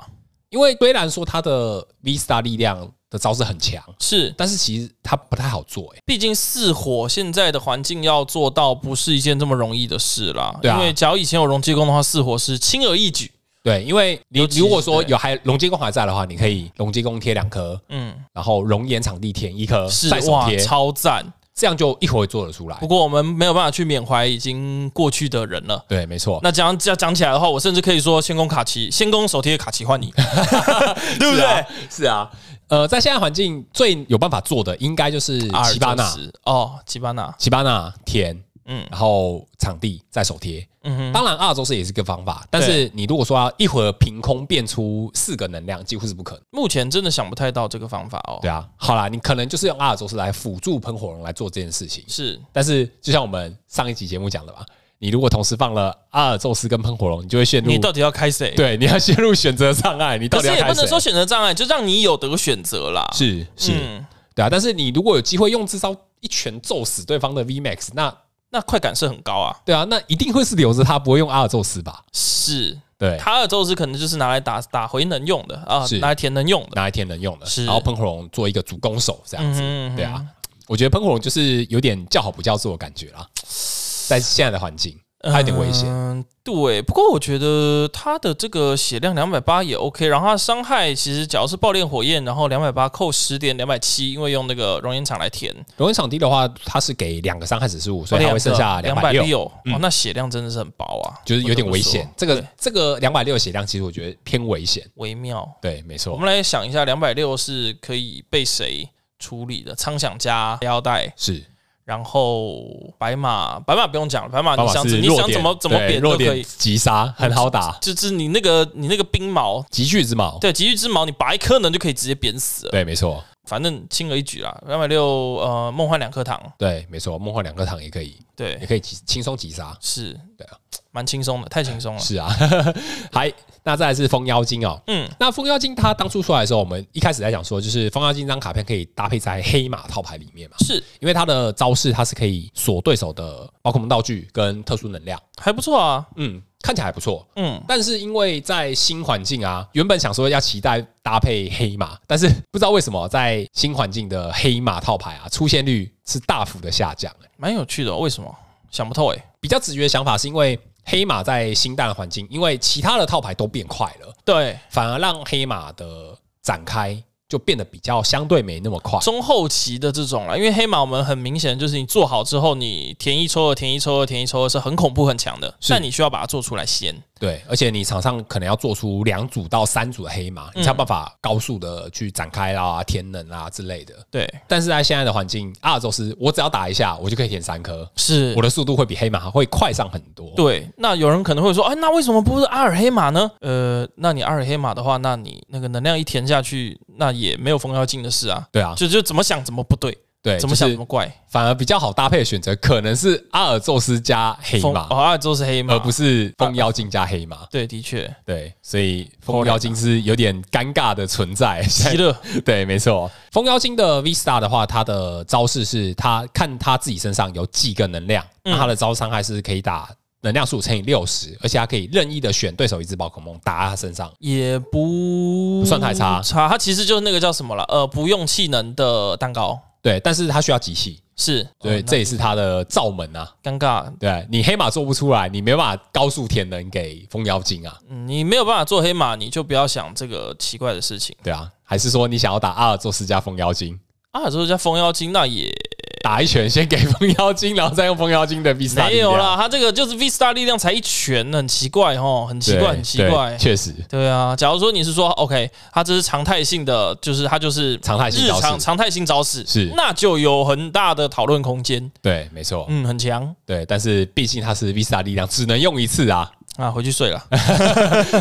S2: 因为虽然说它的 V Star 力量的招式很强，
S1: 是，
S2: 但是其实它不太好做、欸，
S1: 毕竟四火现在的环境要做到不是一件这么容易的事啦。
S2: 对啊
S1: 因为假如以前有溶解工的话，四火是轻而易举。
S2: 对，因为你
S1: 尤其是
S2: 如果说有还龙接弓还在的话，你可以龙接弓贴两颗，
S1: 嗯，
S2: 然后熔岩场地填一颗，
S1: 是
S2: 再手
S1: 哇，
S2: 贴，哎
S1: 超赞。
S2: 这样就一回做得出来
S1: 不。过我们没有办法去缅怀已经过去的人了。
S2: 对，没错，
S1: 那讲讲讲起来的话，我甚至可以说，先攻卡奇，先攻手贴卡奇换 你， 对不
S2: 是啊
S1: 对？
S2: 是啊，呃，在现在环境最有办法做的，应该就是
S1: 阿尔
S2: 奇巴
S1: 宙
S2: 纳，
S1: 斯哦，奇巴纳，
S2: 奇巴纳填，
S1: 嗯
S2: 嗯，然后场地再手贴。
S1: 嗯哼，
S2: 当然，阿尔宙斯也是个方法，但是你如果说要一会儿凭空变出四个能量，几乎是不可能。
S1: 目前真的想不太到这个方法哦。
S2: 对啊，好啦，你可能就是用阿尔宙斯来辅助喷火龙来做这件事情。
S1: 是
S2: 但是就像我们上一集节目讲的吧，你如果同时放了阿尔宙斯跟喷火龙，你就会陷入
S1: 你到底要开谁？
S2: 对，你要陷入选择障碍，你到
S1: 可
S2: 底
S1: 是
S2: 要
S1: 也
S2: 开
S1: 不能
S2: 谁？
S1: 说选择障碍，就让你有得选择啦。
S2: 是是，
S1: 嗯
S2: 对啊，但是你如果有机会用这招一拳揍死对方的 VMAX，那
S1: 那快感是很高啊。
S2: 对啊，那一定会是留着他，不会用阿尔宙斯吧？
S1: 是，
S2: 对，
S1: 塔尔宙斯可能就是拿来打打回能用的啊
S2: 是，
S1: 拿来填能用的。
S2: 哪一天能用的？
S1: 是
S2: 然后喷火龙做一个主攻手这样子，
S1: 嗯
S2: 对啊，我觉得喷火龙就是有点叫好不叫座的感觉啦，在现在的环境，它有点危险。
S1: 嗯，对。不过我觉得他的这个血量两百八也 OK，然后他的伤害其实，假如是爆裂火焰，然后两百八扣十点，两百七，因为用那个熔岩场来填，
S2: 熔岩场地的话，它是给两个伤害指示物，所以它会剩下两
S1: 哦两
S2: 百六，嗯
S1: 六，哦，那血量真的是很薄啊，
S2: 就是有点危险。
S1: 不
S2: 这
S1: 得不说
S2: 个这个两百六血量，其实我觉得偏危险。
S1: 微妙。
S2: 对，没
S1: 我
S2: 错，
S1: 们来想一下，两百六是可以被谁处理的？苍响加腰带，
S2: 是
S1: 然后白马，白马不用讲了，白马
S2: 方
S1: 你
S2: 法
S1: 想
S2: 是
S1: 你
S2: 弱
S1: 想
S2: 点，
S1: 怎么怎么
S2: 对
S1: 扁
S2: 弱
S1: 都可
S2: 点
S1: 以，嗯
S2: 击杀很好打，
S1: 就是你那个你那个冰矛，
S2: 极巨之矛。
S1: 对，极域之矛，你拔一颗能就可以直接扁死了，
S2: 对，没错，
S1: 反正轻而易举啦。两百六，呃，梦幻两颗糖，
S2: 对，没错，梦幻两颗糖也可以，也
S1: 对，
S2: 可以击轻松击杀。
S1: 是，
S2: 对啊，
S1: 蛮轻松的，太轻松了。
S2: 是啊， 还那再来是风妖精哦，
S1: 嗯，
S2: 那风妖精它当初出来的时候，我们一开始在讲说，就是风妖精这张卡片可以搭配在黑马套牌里面嘛，
S1: 是
S2: 因为它的招式它是可以锁对手的宝可梦道具跟特殊能量，
S1: 还不错啊，
S2: 嗯，看起来还不错。
S1: 嗯，
S2: 但是因为在新环境啊，原本想说要期待搭配黑马，但是不知道为什么在新环境的黑马套牌啊，出现率是大幅的下降、欸
S1: 蛮有趣的哦、为什么？想不透哎、
S2: 比较直觉的想法是因为黑马在新蛋的环境，因为其他的套牌都变快了，
S1: 对，
S2: 反而让黑马的展开就变得比较相对没那么快。
S1: 中后期的这种了，因为黑马我们很明显就是你做好之后，你填一抽二，填一抽二，填一抽二是很恐怖很强的，
S2: 是
S1: 但你需要把它做出来先。
S2: 对，而且你场上可能要做出两组到三组的黑马，
S1: 嗯
S2: 你才有办法高速的去展开啦、填能啦之类的。
S1: 对，
S2: 但是在现在的环境，阿尔宙斯我只要打一下，我就可以填三颗，
S1: 是嗯
S2: 我的速度会比黑马会快上很多。
S1: 对，那有人可能会说，哎，那为什么不是阿尔黑马呢？呃，那你阿尔黑马的话，那你那个能量一填下去，那也没有风妖精的事啊。
S2: 对啊，哎
S1: 就就怎么想怎么不对，
S2: 对，啊
S1: 怎么想
S2: 就
S1: 怎
S2: 是
S1: 么怪。
S2: 反而比较好搭配的选择，可能是阿尔宙斯加黑
S1: 风
S2: 马，
S1: 哦，阿尔宙斯黑马，
S2: 而不是风妖精加黑马。
S1: 对，的 确，
S2: 对，所以风妖精是有点尴尬的 存在。
S1: 极乐
S2: 对，没错。风妖精的 V Star 的话，它的招式是它看它自己身上有几个能量，
S1: 嗯
S2: 那它的招伤害是可以打能量数乘以六十，而且它可以任意的选对手一只宝可梦打在它身上。
S1: 也不
S2: 不算太差
S1: 差它其实就是那个叫什么了，呃，不用气能的蛋糕
S2: 对，但是它需要集气，
S1: 是，
S2: 对，
S1: 哦那
S2: 这也是它的罩门啊。
S1: 尴尬，
S2: 对你黑马做不出来，你没办法高速填能给风妖精啊。
S1: 嗯你没有办法做黑马，你就不要想这个奇怪的事情。
S2: 对啊，还是说你想要打阿尔宙斯加风妖精，
S1: 阿尔宙斯加风妖精那也
S2: 打一拳先给风妖精，然后再用风妖精的 V Star
S1: 没有啦，他这个就是 V Star 力量才一拳，很奇怪哦，很奇怪，很奇怪。
S2: 确实。
S1: 对啊，假如说你是说 OK，它这是常态性的，就是它就是
S2: 常态性
S1: 日
S2: 招式
S1: 常常态性招式，
S2: 是
S1: 那就有很大的讨论空间。
S2: 对，没错，
S1: 嗯，很强
S2: 对，但是毕竟它是 Visa 力量，只能用一次啊。
S1: 啊，回去睡了。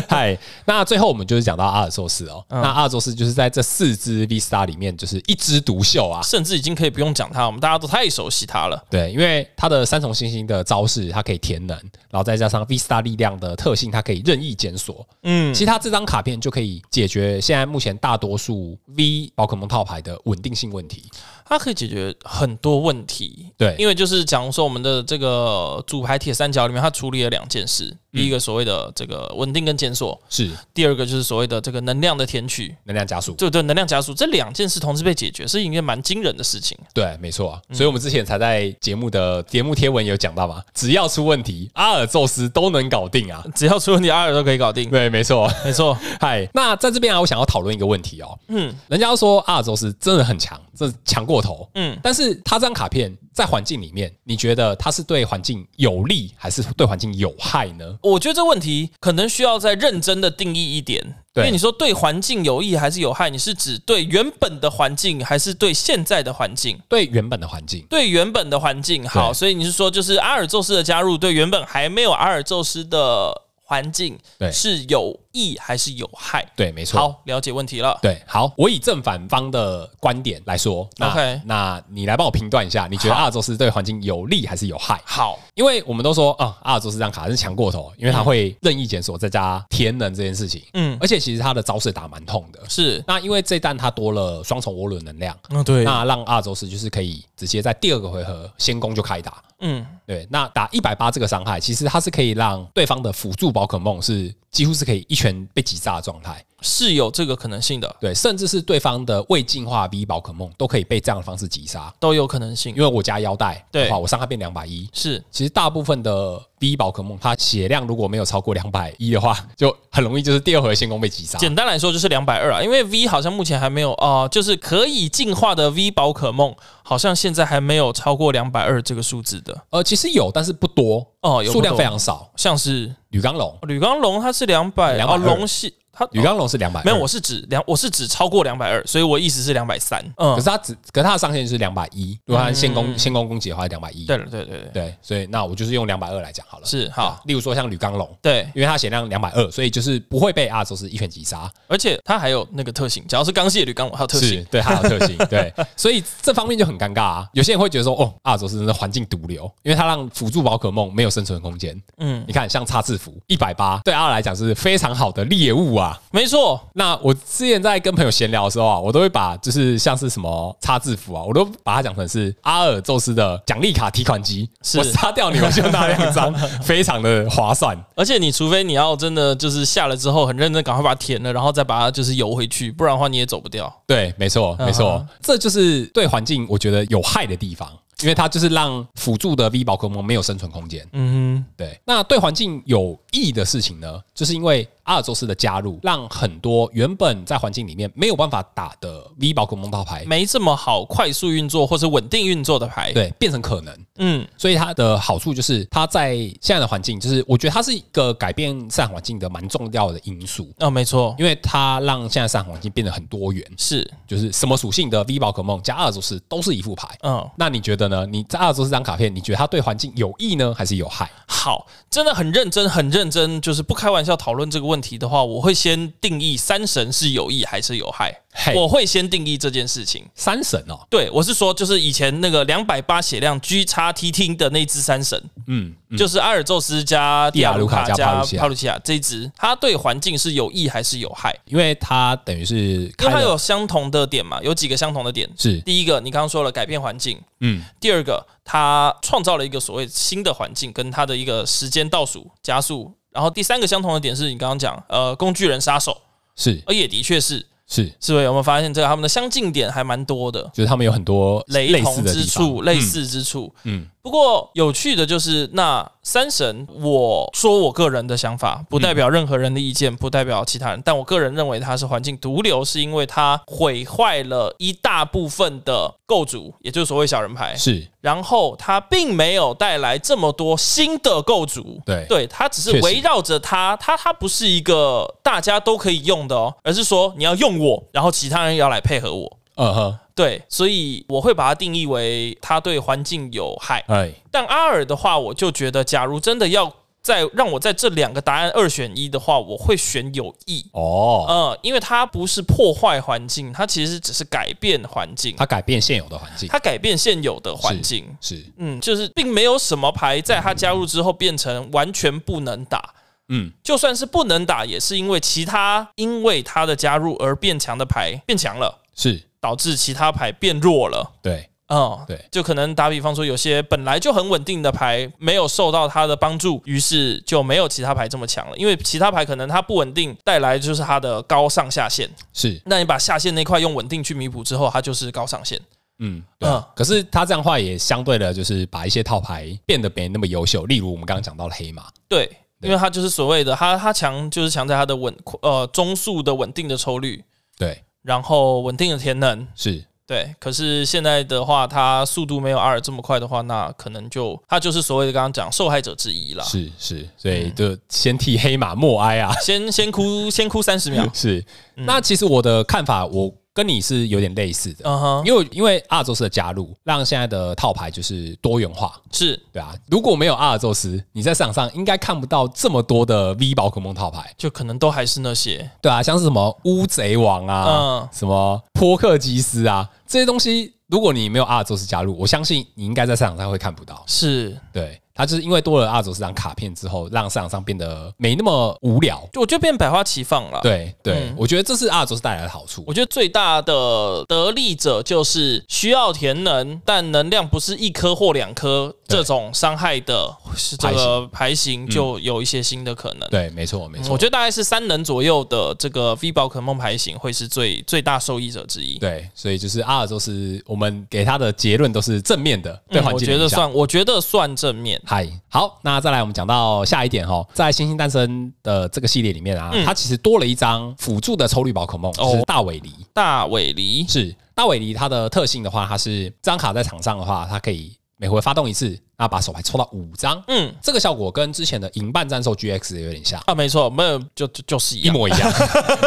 S2: 嗨，那最后我们就是讲到阿尔宙斯哦，那阿尔宙斯就是在这四只 Visa 里面，就是一枝独秀啊。
S1: 甚至已经可以不用讲它，我们大家都太熟悉它了。
S2: 对，因为它的三重星星的招式，它可以填能，然后再加上 Vista 力量的特性，它可以任意检索。
S1: 嗯
S2: 其，实它这张卡片就可以解决现在目前大多数 V 宝可梦套牌的稳定性问题。
S1: 它可以解决很多问题。
S2: 对，
S1: 因为就是假如说我们的这个主牌铁三角里面，它处理了两件事，第一个所谓的这个稳定跟检索，
S2: 是
S1: 第二个就是所谓的这个能量的填取，
S2: 能量加速。
S1: 对对，能量加速这两件事同时被解决，是一件蛮惊人的事情。
S2: 对，没错、啊，所以我们之前才在节目的节目贴文有讲到嘛，只要出问题，阿尔宙斯都能搞定啊。
S1: 只要出问题，阿尔都可以搞定。
S2: 对，没错。
S1: 没错，
S2: 嗨，那在这边啊，我想要讨论一个问题哦。
S1: 嗯
S2: 人家说阿尔宙斯真的很强，这强过头。
S1: 嗯，
S2: 但是他这张卡片在环境里面，你觉得它是对环境有利还是对环境有害呢？
S1: 我觉得这问题可能需要再认真的定义一点。因
S2: 对
S1: 为你说对环境有益还是有害，你是指对原本的环境还是对现在的环境？
S2: 对原本的环境，
S1: 对原本的环境好，
S2: 对
S1: 所以你是说，就是阿尔宙斯的加入对原本还没有阿尔宙斯的环境
S2: 对
S1: 是有益还是有害。
S2: 对，没错。
S1: 好，了解问题了。
S2: 对，好，我以正反方的观点来说，那
S1: OK
S2: 那你来帮我评断一下，你觉得
S1: 好
S2: 阿尔宙斯对环境有利还是有害？
S1: 好，
S2: 因为我们都说啊、阿尔宙斯这张卡是强过头，因为它
S1: 嗯
S2: 会任意检索再加天能这件事情，
S1: 嗯，
S2: 而且其实它的招式打蛮痛的。
S1: 是，
S2: 那因为这一弹它多了双重涡轮能量，
S1: 嗯，对
S2: 那让阿尔宙斯就是可以直接在第二个回合先攻就开打。
S1: 嗯，
S2: 对，那打一百八这个伤害，其实它是可以让对方的辅助宝可梦是几乎是可以一拳被击炸的状态。
S1: 是有这个可能性的，
S2: 对，甚至是对方的未进化 V 宝可梦都可以被这样的方式击杀，
S1: 都有可能性
S2: 因。为我加腰带
S1: 对
S2: 的话，我伤害变两百一。
S1: 是，
S2: 其实大部分的 V 宝可梦，它血量如果没有超过两百一的话，就很容易就是第二回仙宫被击杀。
S1: 简单来说就是两百二啊，因为 V 好像目前还没有啊、呃就是可以进化的 V 宝可梦，好像现在还没有超过两百二这个数字的
S2: 呃，其实有，但是不多，
S1: 哦，有
S2: 数量
S1: 不多
S2: 非常少。
S1: 像是哦
S2: 铝钢龙，
S1: 铝钢龙，它是两百，
S2: 220
S1: 哦，龙系它
S2: 铝钢龙是两百，
S1: 没有，我，是指两，我是指超过两百二，所以我意思是两百三。
S2: 可
S1: 嗯
S2: 是，它只，可是它的上限是两百一，如果它仙宫仙宫攻击的话，两百一。
S1: 对了，对对对，
S2: 对，所以那我就是用两百二来讲好了。
S1: 是好，
S2: 例如说像铝钢龙，
S1: 对，
S2: 因为它血量两百二，所以就是不会被阿宙斯一拳击杀。
S1: 而且它还有那个特性，只要是钢系的铝钢龙，还有特
S2: 是
S1: 性。
S2: 对它有特性，对，所以这方面就很尴尬啊。有些人会觉得说，哦，阿尔宙斯真的是环境毒瘤，因为它让辅助宝可梦没有生存空间。
S1: 嗯，
S2: 你看，像叉字符一百八，对阿尔来讲是非常好的猎物啊。
S1: 没错，
S2: 那我之前在跟朋友闲聊的时候啊，我都会把就是像是什么叉字符啊，我都把它讲成是阿尔宙斯的奖励卡提款机，
S1: 是
S2: 我杀掉你我就拿两张，非常的划算。
S1: 而且你除非你要真的就是下了之后很认真，赶快把它填了，然后再把它就是游回去，不然的话你也走不掉。
S2: 对，没错，没错
S1: 嗯
S2: 这就是对环境我觉得有害的地方，因为它就是让辅助的 V 宝可梦没有生存空间。
S1: 嗯
S2: 对，那对环境有益的事情呢，就是因为阿尔宙斯的加入，让很多原本在环境里面没有办法打的 V 宝可梦套牌
S1: 哼，，没这么好快速运作或是稳定运作的牌。，
S2: 对，变成可能。
S1: 嗯，
S2: 所以它的好处就是，它在现在的环境，就是我觉得它是一个改变赛场环境的蛮重要的因素，
S1: 哦，没错，
S2: 因为它让现在赛场环境变得很多元，
S1: 是，
S2: 就是什么属性的 V 宝可梦加阿尔宙斯都是一副牌。
S1: 嗯，
S2: 哦那你觉得呢？你在阿尔宙斯这张卡片，你觉得它对环境有益呢，还是有害？
S1: 好，真的很认真，很认真，就是不开玩笑讨论这个问题的话，我会先定义三神是有益还是有害。
S2: 嘿
S1: 我会先定义这件事情。
S2: 三神哦，
S1: 对，我是说，就是以前那个两百八血量 G 叉 T T 的那只三神，
S2: 嗯，
S1: 就是阿尔宙斯加
S2: 蒂亚卢卡加
S1: 加
S2: 帕鲁西亚
S1: 帕鲁西亚这一只，它对环境是有益还是有害？
S2: 因为它等于是
S1: 因
S2: 开
S1: 为它
S2: 了
S1: 有相同的点嘛，有几个相同的点。
S2: 是
S1: 第一个，你刚刚说了改变环境；
S2: 嗯
S1: 第二个，它创造了一个所谓新的环境，跟它的一个时间倒数加速。然后第三个相同的点是你刚刚讲，呃，工具人杀手，
S2: 是
S1: 而也的确是，
S2: 是，
S1: 是不是？有没有发现这个他们的相近点还蛮多的？
S2: 就是他们有很多
S1: 雷
S2: 类似
S1: 同
S2: 的
S1: 之
S2: 地方
S1: 处，类，似之处。
S2: 嗯
S1: 不过有趣的就是，那三神，我说我个人的想法，不代表任何人的意见，不代表其他人。但我个人认为它是环境毒瘤，是因为它毁坏了一大部分的构筑，也就是所谓小人牌
S2: 嗯，。是
S1: 然后它并没有带来这么多新的构筑，
S2: 对
S1: 对，它只是
S2: 确实
S1: 围绕着它，它它不是一个大家都可以用的哦，而是说你要用我，然后其他人要来配合我。
S2: 嗯哼，
S1: 对，所以我会把它定义为它对环境有害。
S2: 哎
S1: 但阿尔的话，我就觉得，假如真的要在让我在这两个答案二选一的话，我会选有益。
S2: 哦，
S1: 呃，因为它不是破坏环境，它其实只是改变环境，
S2: 它改变现有的环境
S1: 它改变现有的环境。
S2: 是
S1: 嗯，就是并没有什么牌在它加入之后变成完全不能打。
S2: 嗯
S1: 就算是不能打，也是因为其他因为它的加入而变强的牌变强了，
S2: 是
S1: 导致其他牌变弱了。
S2: 对
S1: 嗯，
S2: 对
S1: 就可能打比方说，有些本来就很稳定的牌没有受到它的帮助，于是就没有其他牌这么强了。因为其他牌可能它不稳定带来就是它的高上下限，
S2: 是
S1: 那你把下限那块用稳定去弥补之后，它就是高上限。
S2: 嗯对
S1: 嗯。
S2: 可是它这样的话也相对的，就是把一些套牌变得没那么优秀，例如我们刚刚讲到的黑马，
S1: 对，
S2: 对
S1: 因为它就是所谓的它它强就是强在它的稳呃中速的稳定的抽率，
S2: 对，
S1: 然后稳定的填能。
S2: 是
S1: 对，可是现在的话，它速度没有阿尔这么快的话，那可能就它就是所谓的刚刚讲受害者之一啦。
S2: 是是，所以就先替黑马默哀啊。
S1: 先先哭，先哭三十秒。
S2: 是，那其实我的看法，我跟你是有点类似的。呃
S1: 嗯哼，
S2: 因为因为阿尔宙斯的加入，让现在的套牌就是多元化，
S1: 是
S2: 对啊。如果没有阿尔宙斯，你在市场上应该看不到这么多的 V 宝可梦套牌，
S1: 就可能都还是那些，
S2: 对啊，像是什么乌贼王啊，
S1: 嗯
S2: 什么波克吉斯啊这些东西，如果你没有阿尔宙斯加入，我相信你应该在市场上会看不到。
S1: 是
S2: 对，它就是因为多了阿尔宙斯这张卡片之后，让市场上变得没那么无聊。
S1: 我觉得变百花齐放了。，
S2: 对对，
S1: 嗯
S2: 我觉得这是阿尔宙斯带来的好处。
S1: 我觉得最大的得利者就是需要填能，但能量不是一颗或两颗
S2: 对
S1: 这种伤害的，是这个牌型就有一些新的可能。
S2: 对，没错没
S1: 嗯
S2: 错。
S1: 我觉得大概是三人左右的这个 V 宝可梦牌型会是最最大受益者之一。
S2: 对，所以就是阿尔宙斯，我们给他的结论都是正面的，对
S1: 嗯
S2: 环
S1: 我
S2: 境的
S1: 觉
S2: 影
S1: 得
S2: 响。
S1: 算，我觉得算正面。
S2: 嗨，好，那再来我们讲到下一点哦，在《星星诞生》的这个系列里面啊，它其实多了一张辅助的抽绿宝可梦，
S1: 嗯哦
S2: 就是大尾狸。
S1: 大尾狸
S2: 是大尾狸它的特性的话，它是这张卡在场上的话，它可以每回发动一次，那把手牌抽到五张。
S1: 嗯
S2: 这个效果跟之前的银半战兽 GX 也有点像，
S1: 啊，没错，没有就就就是一
S2: 一
S1: 样，
S2: 模一 样，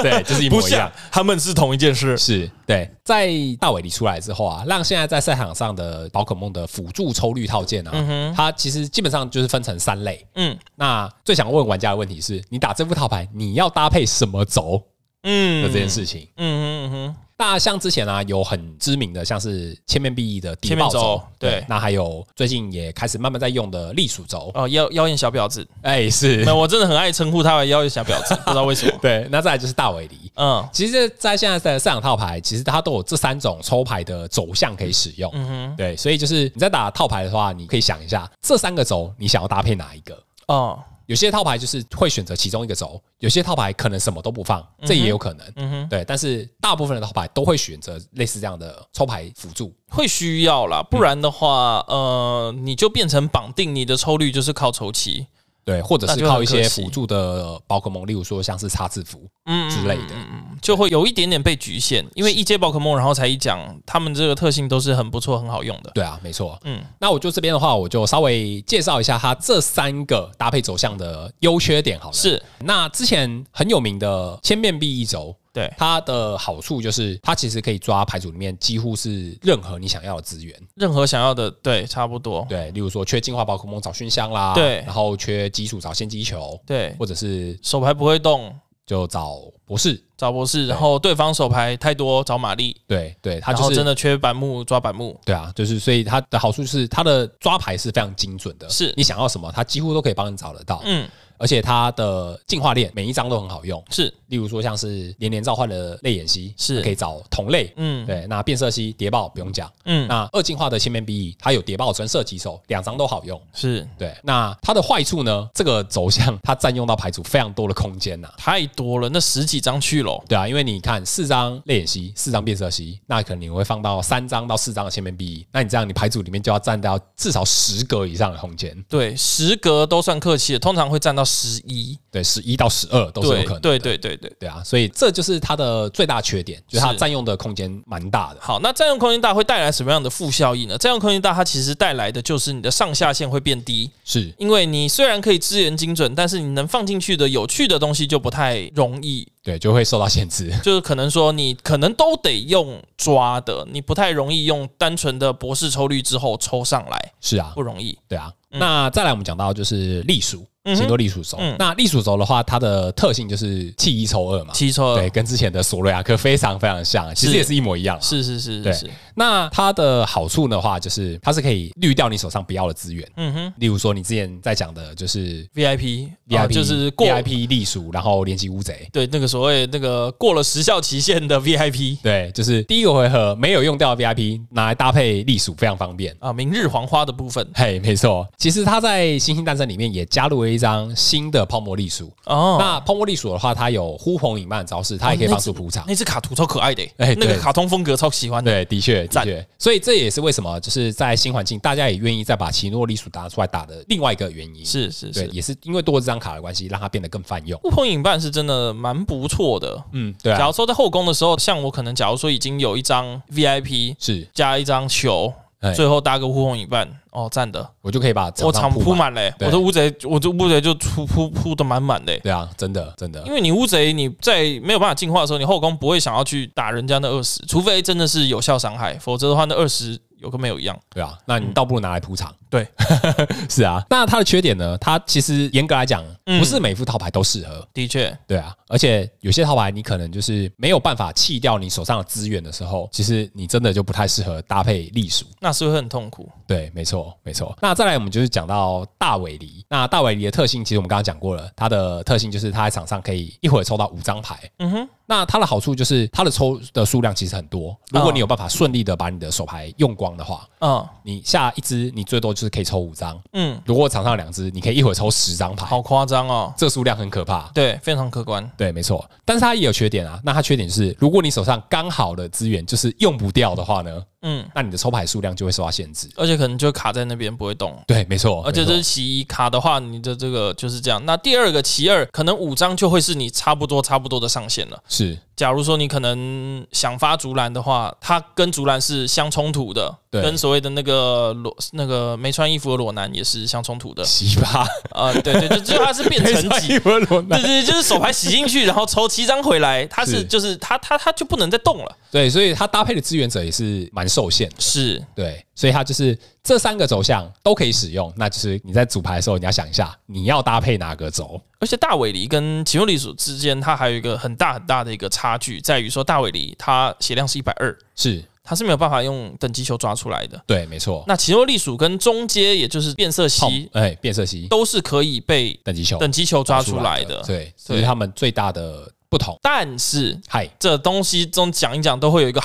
S2: 对，就是一模一样。，
S1: 他们是同一件事。
S2: 是对，在大尾狸出来之后啊，让现在在赛场上的宝可梦的辅助抽绿套件啊，它其实基本上就是分成三类。
S1: 嗯
S2: 那最想问玩家的问题是，你打这副套牌，你要搭配什么轴
S1: 嗯
S2: 的这件，事情？
S1: 嗯嗯嗯
S2: 那像之前啊，有很知名的，像是千面必异的地
S1: 千面
S2: 爆
S1: 轴
S2: 轴，
S1: 对
S2: 那还有最近也开始慢慢在用的栗鼠轴，
S1: 嗯，哦，妖妖艳小婊子，
S2: 哎、是
S1: 没，有，我真的很爱称呼他为妖艳小婊子，不知道为什 么。
S2: 对，那再来就是大尾狸。
S1: 嗯
S2: 其实，在现在的赛场套牌，其实它都有这三种抽牌的走向可以使用。
S1: 嗯哼，
S2: 对，所以就是你在打套牌的话，你可以想一下这三个轴你想要搭配哪一个。
S1: 哦，
S2: 有些套牌就是会选择其中一个轴，有些套牌可能什么都不放，这也有可能。
S1: 嗯哼，
S2: 对，但是大部分的套牌都会选择类似这样的抽牌辅助。
S1: 会需要啦，不然的话，呃，你就变成绑定你的抽率就是靠抽期，
S2: 对，或者
S1: 那
S2: 是
S1: 就很
S2: 靠一些
S1: 可惜
S2: 辅助的宝可梦，例如说像是叉字符
S1: 嗯
S2: 之类的。
S1: 就会有一点点被局限，因为一阶宝可梦，然后才一讲，他们这个特性都是很不错、很好用的。
S2: 对啊，没错。
S1: 嗯
S2: 嗯，那我就这边的话，我就稍微介绍一下它这三个搭配走向的优缺点好了。，
S1: 是，
S2: 那之前很有名的千面必一轴，
S1: 对，
S2: 它的好处就是它其实可以抓牌组里面几乎是任何你想要的资源。
S1: 任何想要的，对，差不多，
S2: 对，例如说缺进化宝可梦找熏香
S1: 哦
S2: 啦，
S1: 对
S2: 然后缺基础找仙机球，
S1: 对，
S2: 或者是
S1: 手牌不会动，
S2: 就找博士。
S1: 找博士，然后对方手牌太多，找玛丽，
S2: 对对，它
S1: 然
S2: 就
S1: 后
S2: 是
S1: 真的缺板木抓板木，
S2: 对啊，就是所以它的好处就是它的抓牌是非常精准的，
S1: 是
S2: 你想要什么，它几乎都可以帮你找得到，
S1: 嗯，
S2: 而且它的进化链每一张都很好用，
S1: 是，
S2: 例如说像是连连召唤的泪眼蜥
S1: 是
S2: 它可以找同类，
S1: 嗯
S2: 对，那变色蜥、谍报不用讲，
S1: 嗯，
S2: 那二进化的千面 BE 它有谍报跟射击手，两张都好用。
S1: 是
S2: 对，啊那它的坏处呢？这个走向它占用到牌组非常多的空间呐、
S1: 太多了，那十几张去了，
S2: 对啊，因为你看四张泪眼蜥，四张变色蜥，那可能你会放到三张到四张的千面 BE，那你这样你牌组里面就要占到至少十格以上的空间，
S1: 对，十格都算客气的，通常会占到十一，
S2: 对，十一到十二都是有
S1: 对
S2: 可能，
S1: 对对对对。
S2: 对啊，所以这就是它的最大缺点，就是它
S1: 是
S2: 占用的空间蛮大的。
S1: 好，那占用空间大会带来什么样的负效益呢？占用空间大，它其实带来的就是你的上下限会变低，
S2: 是
S1: 因为你虽然可以支援精准，但是你能放进去的有趣的东西就不太容易，
S2: 对，就会受到限制。
S1: 就是可能说你可能都得用抓的，你不太容易用单纯的博士抽率之后抽上来，
S2: 是啊
S1: 不，容易。
S2: 对啊。那再来我们讲到就是栗鼠，
S1: 嗯嗯哼
S2: 行多栗鼠轴
S1: 嗯。
S2: 那栗鼠轴的话，它的特性就是弃一抽二嘛，
S1: 七抽
S2: 对，
S1: 二，
S2: 跟之前的索瑞亚克非常非常像，其实
S1: 是
S2: 也是一模一样啊。
S1: 是是是
S2: 对
S1: 是是，
S2: 那它的好处的话，就是它是可以滤掉你手上不要的资源，
S1: 嗯哼
S2: 例如说你之前在讲的就是
S1: ，VIP 啊
S2: VIP，
S1: 就是过
S2: VIP 栗鼠，然后连击乌贼。
S1: 对那个所谓那个过了时效期限的 VIP
S2: 对，就是第一个回合没有用掉的 VIP 拿来搭配栗鼠，非常方便。
S1: 啊，明日黄花的部分
S2: 嘿，没错，其实它在《星星诞生》里面也加入了一张新的泡沫栗鼠，
S1: 哦，
S2: 那泡沫栗鼠的话，它有呼朋引伴的招式，它也可以帮助铺场。
S1: 那只卡图超可爱的、欸，
S2: 哎
S1: 那个
S2: 对
S1: 卡通风格超喜欢的。
S2: 对，的确，的
S1: 赞
S2: 确，所以这也是为什么就是在新环境，大家也愿意再把奇诺栗鼠拿出来打的另外一个原因。
S1: 是是
S2: 对，
S1: 是，
S2: 也是因为多了这张卡的关系，让它变得更泛用。
S1: 呼朋引伴是真的蛮不错的。
S2: 嗯，对
S1: 假
S2: 啊，
S1: 如说在后宫的时候，像我可能假如说已经有一张 VIP
S2: 是，
S1: 加一张球
S2: 哎，
S1: 最后搭个呼朋引伴，哦，赞的，
S2: 我就可以把
S1: 我
S2: 场
S1: 场
S2: 铺
S1: 铺
S2: 满。
S1: 满嘞，
S2: 对
S1: 我的乌贼，我的乌贼就铺铺铺的满满嘞。
S2: 对啊，真的真的
S1: 因，为你乌贼你在没有办法进化的时候，你后宫不会想要去打人家那二十，除非真的是有效伤害，否则的话那二十有跟没有一样。
S2: 对啊，那你倒不如拿来铺场。
S1: 对，
S2: 是啊。那它的缺点呢？它其实严格来讲，
S1: 嗯
S2: 不是每副套牌都适合。
S1: 的确，
S2: 对啊，而且有些套牌你可能就是没有办法弃掉你手上的资源的时候，其实你真的就不太适合搭配隶属。
S1: 那是会很痛苦。
S2: 对，没错，没错。那再来，我们就是讲到大尾狸。那大尾狸的特性，其实我们刚刚讲过了，它的特性就是它在场上可以一会儿抽到五张牌。
S1: 嗯哼，
S2: 那它的好处就是它的抽的数量其实很多，如果
S1: 嗯
S2: 你有办法顺利的把你的手牌用光的话，
S1: 嗯
S2: 你下一支你最多就是可以抽五张。
S1: 嗯，
S2: 如果场上有两支，你可以一会儿抽十张牌，
S1: 好夸张哦。
S2: 这数量很可怕。
S1: 对，非常可观。
S2: 对，没错，但是它也有缺点啊。那它缺点就是，如果你手上刚好的资源就是用不掉的话呢，
S1: 嗯，
S2: 那你的抽牌数量就会受到限制。
S1: 而且可能就卡在那边不会动。
S2: 对，没错，
S1: 而且
S2: 没错
S1: 这是其一，卡的话，你的这个就是这样。那第二个其二，可能五张就会是你差不多差不多的上限了。
S2: 是
S1: 假如说你可能想发竹篮的话，它跟竹篮是相冲突的，
S2: 对。
S1: 跟所谓的那个裸那个没穿衣服的裸男也是相冲突的
S2: 奇葩，
S1: 啊，对对，就就它是变成几。
S2: 波罗
S1: 对对，对就是手牌洗进去，然后抽七张回来，它是
S2: 是
S1: 就是它它它就不能再动了。
S2: 对，所以它搭配的资源者也是蛮受限的。
S1: 是，
S2: 对，所以它就是这三个轴向都可以使用。那就是你在组牌的时候，你要想一下你要搭配哪个轴。
S1: 而且大尾狸跟奇诺里鼠之间，它还有一个很大很大的一个差距，在于说大尾狸它血量是一百二，
S2: 是
S1: 它是没有办法用等级球抓出来的。
S2: 对，没错。
S1: 那奇诺栗鼠跟中阶，也就是变色
S2: 好
S1: 蜥，
S2: 哎，变色蜥
S1: 都是可以被
S2: 等级球
S1: 等级球抓出来的。
S2: 对，这是他们最大的不同。
S1: 但是
S2: 嗨，
S1: 这东西中讲一讲都会有一个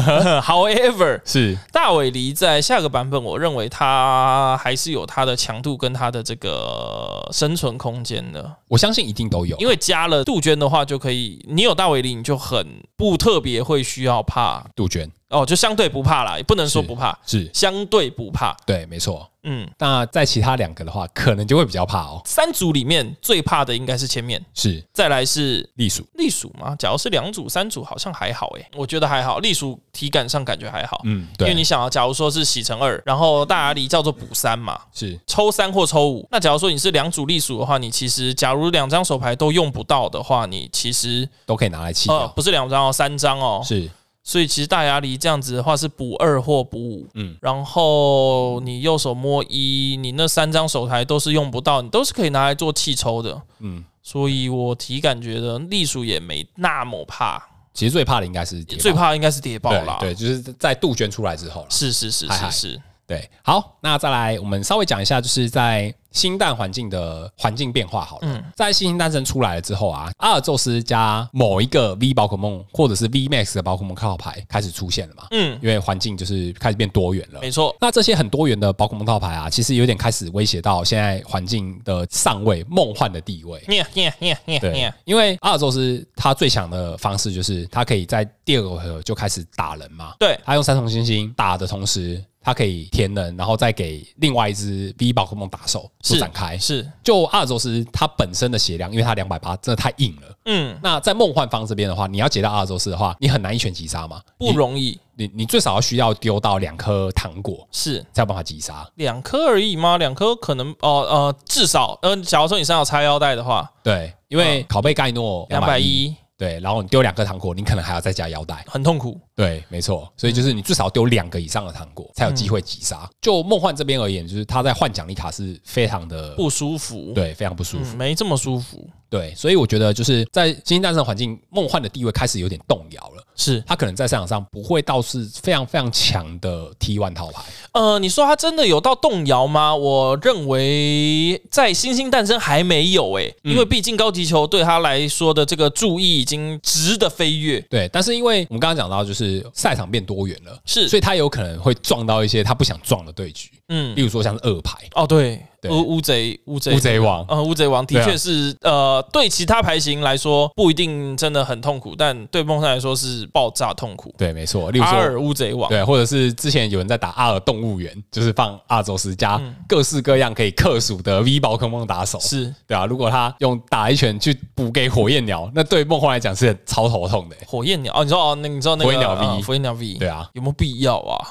S1: however，however，
S2: 是
S1: 大尾狸在下个版本，我认为它还是有它的强度跟它的这个生存空间的，
S2: 我相信一定都有，
S1: 因为加了杜鹃的话就可以，你有大尾狸你就很不特别会需要怕
S2: 杜鹃
S1: 哦，就相对不怕啦，也不能说
S2: 是
S1: 不怕，
S2: 是
S1: 相对不怕，
S2: 对，没错。
S1: 嗯。
S2: 那在其他两个的话，可能就会比较怕哦。
S1: 三组里面最怕的应该是前面，
S2: 是
S1: 再来是
S2: 栗鼠，
S1: 栗鼠吗？假如是两组、三组，好像还好诶、欸我觉得还好，栗鼠体感上感觉还好，
S2: 嗯，
S1: 因
S2: 对，
S1: 为你想啊，假如说是洗成二，然后大牙狸叫做补三嘛。
S2: 是
S1: 抽三或抽五，那假如说你是两组栗鼠的话，你其实假如两张手牌都用不到的话，你其实
S2: 都可以拿来弃
S1: 呃
S2: 掉，
S1: 不是两张哦，三张哦，
S2: 是
S1: 所以其实大牙狸这样子的话是补二或补五，
S2: 嗯
S1: 然后你右手摸一，你那三张手牌都是用不到，你都是可以拿来做气抽的。
S2: 嗯。
S1: 所以我体感觉得栗鼠也没那么怕，
S2: 其实最怕的应该是跌
S1: 最
S2: 爆
S1: 怕应该是跌爆啦。
S2: 对，对，就是在杜鹃出来之后了。
S1: 是是是
S2: 嗨
S1: 是
S2: 嗨
S1: 是，
S2: 对，好，那再来我们稍微讲一下，就是在新蛋环境的环境变化好了。在新星诞生出来了之后啊，阿尔宙斯加某一个 V 宝可梦或者是 V Max 的宝可梦套牌开始出现了嘛？
S1: 嗯，
S2: 因为环境就是开始变多元了。
S1: 没错，
S2: 那这些很多元的宝可梦套牌啊，其实有点开始威胁到现在环境的上位、梦幻的 地位。
S1: 念念念念
S2: 对
S1: 念，，
S2: 因为阿尔宙斯他最强的方式就是他可以在第二个回合就开始打人嘛，
S1: 对，
S2: 他用三重星星打的同时，他可以填人，然后再给另外一只 V 宝可梦打手做
S1: 是
S2: 展开。
S1: 是，
S2: 就阿尔宙斯他本身的血量，因为他两百八，真的太硬了。
S1: 嗯，
S2: 那在梦幻方这边的话，你要解到阿尔宙斯的话，你很难一拳击杀嘛，
S1: 不容易，
S2: 你你最少要需要丢到两颗糖果
S1: 是
S2: 才有办法击杀。
S1: 两颗而已吗？两颗可能哦呃，至少嗯、呃，假如说你身上有插腰带的话，
S2: 对，因为拷贝盖诺
S1: 嗯两
S2: 两
S1: 百
S2: 百一，
S1: 一
S2: 对，然后你丢两颗糖果，你可能还要再加腰带。
S1: 很痛苦，
S2: 对，没错，所以就是你最少丢两个以上的糖果才有机会击
S1: 嗯
S2: 杀。就梦幻这边而言，就是他在换奖励卡是非常的
S1: 不舒服，
S2: 对，非常不舒
S1: 嗯，
S2: 服。
S1: 没这么舒服，
S2: 对，所以我觉得就是在《星际诞生》环境，梦幻的地位开始有点动摇了。
S1: 是
S2: 他可能在赛场上不会到是非常非常强的 T one 套牌，
S1: 呃，你说它真的有到动摇吗？我认为在新星诞生还没有诶、
S2: 嗯
S1: 因为毕竟高级球对他来说的这个注意已经值得飞跃。
S2: 对。但是因为我们刚刚讲到，就是赛场变多元了，
S1: 是
S2: 所以他有可能会撞到一些他不想撞的对局，
S1: 嗯
S2: 例，如说像是二牌、
S1: 哦对，
S2: 对
S1: 乌乌贼乌贼
S2: 乌贼王，
S1: 呃乌贼王的
S2: 对啊
S1: 确是、呃对其他牌型来说不一定真的很痛苦，但对梦上来说是爆炸痛苦。
S2: 对，没错。例如
S1: 阿
S2: 说
S1: 尔乌贼王，
S2: 对，啊或者是之前有人在打阿尔动物园，就是放阿宙斯加各式各样可以克数的 V 宝可梦打手，
S1: 嗯是
S2: 对啊。如果他用打一拳去补给火焰鸟，那对梦幻来讲是超头 痛的欸、
S1: 火焰鸟哦，你说哦，那你知道那个
S2: 火焰鸟 V
S1: 呃火焰鸟 V
S2: 对啊，
S1: 有没有必要啊？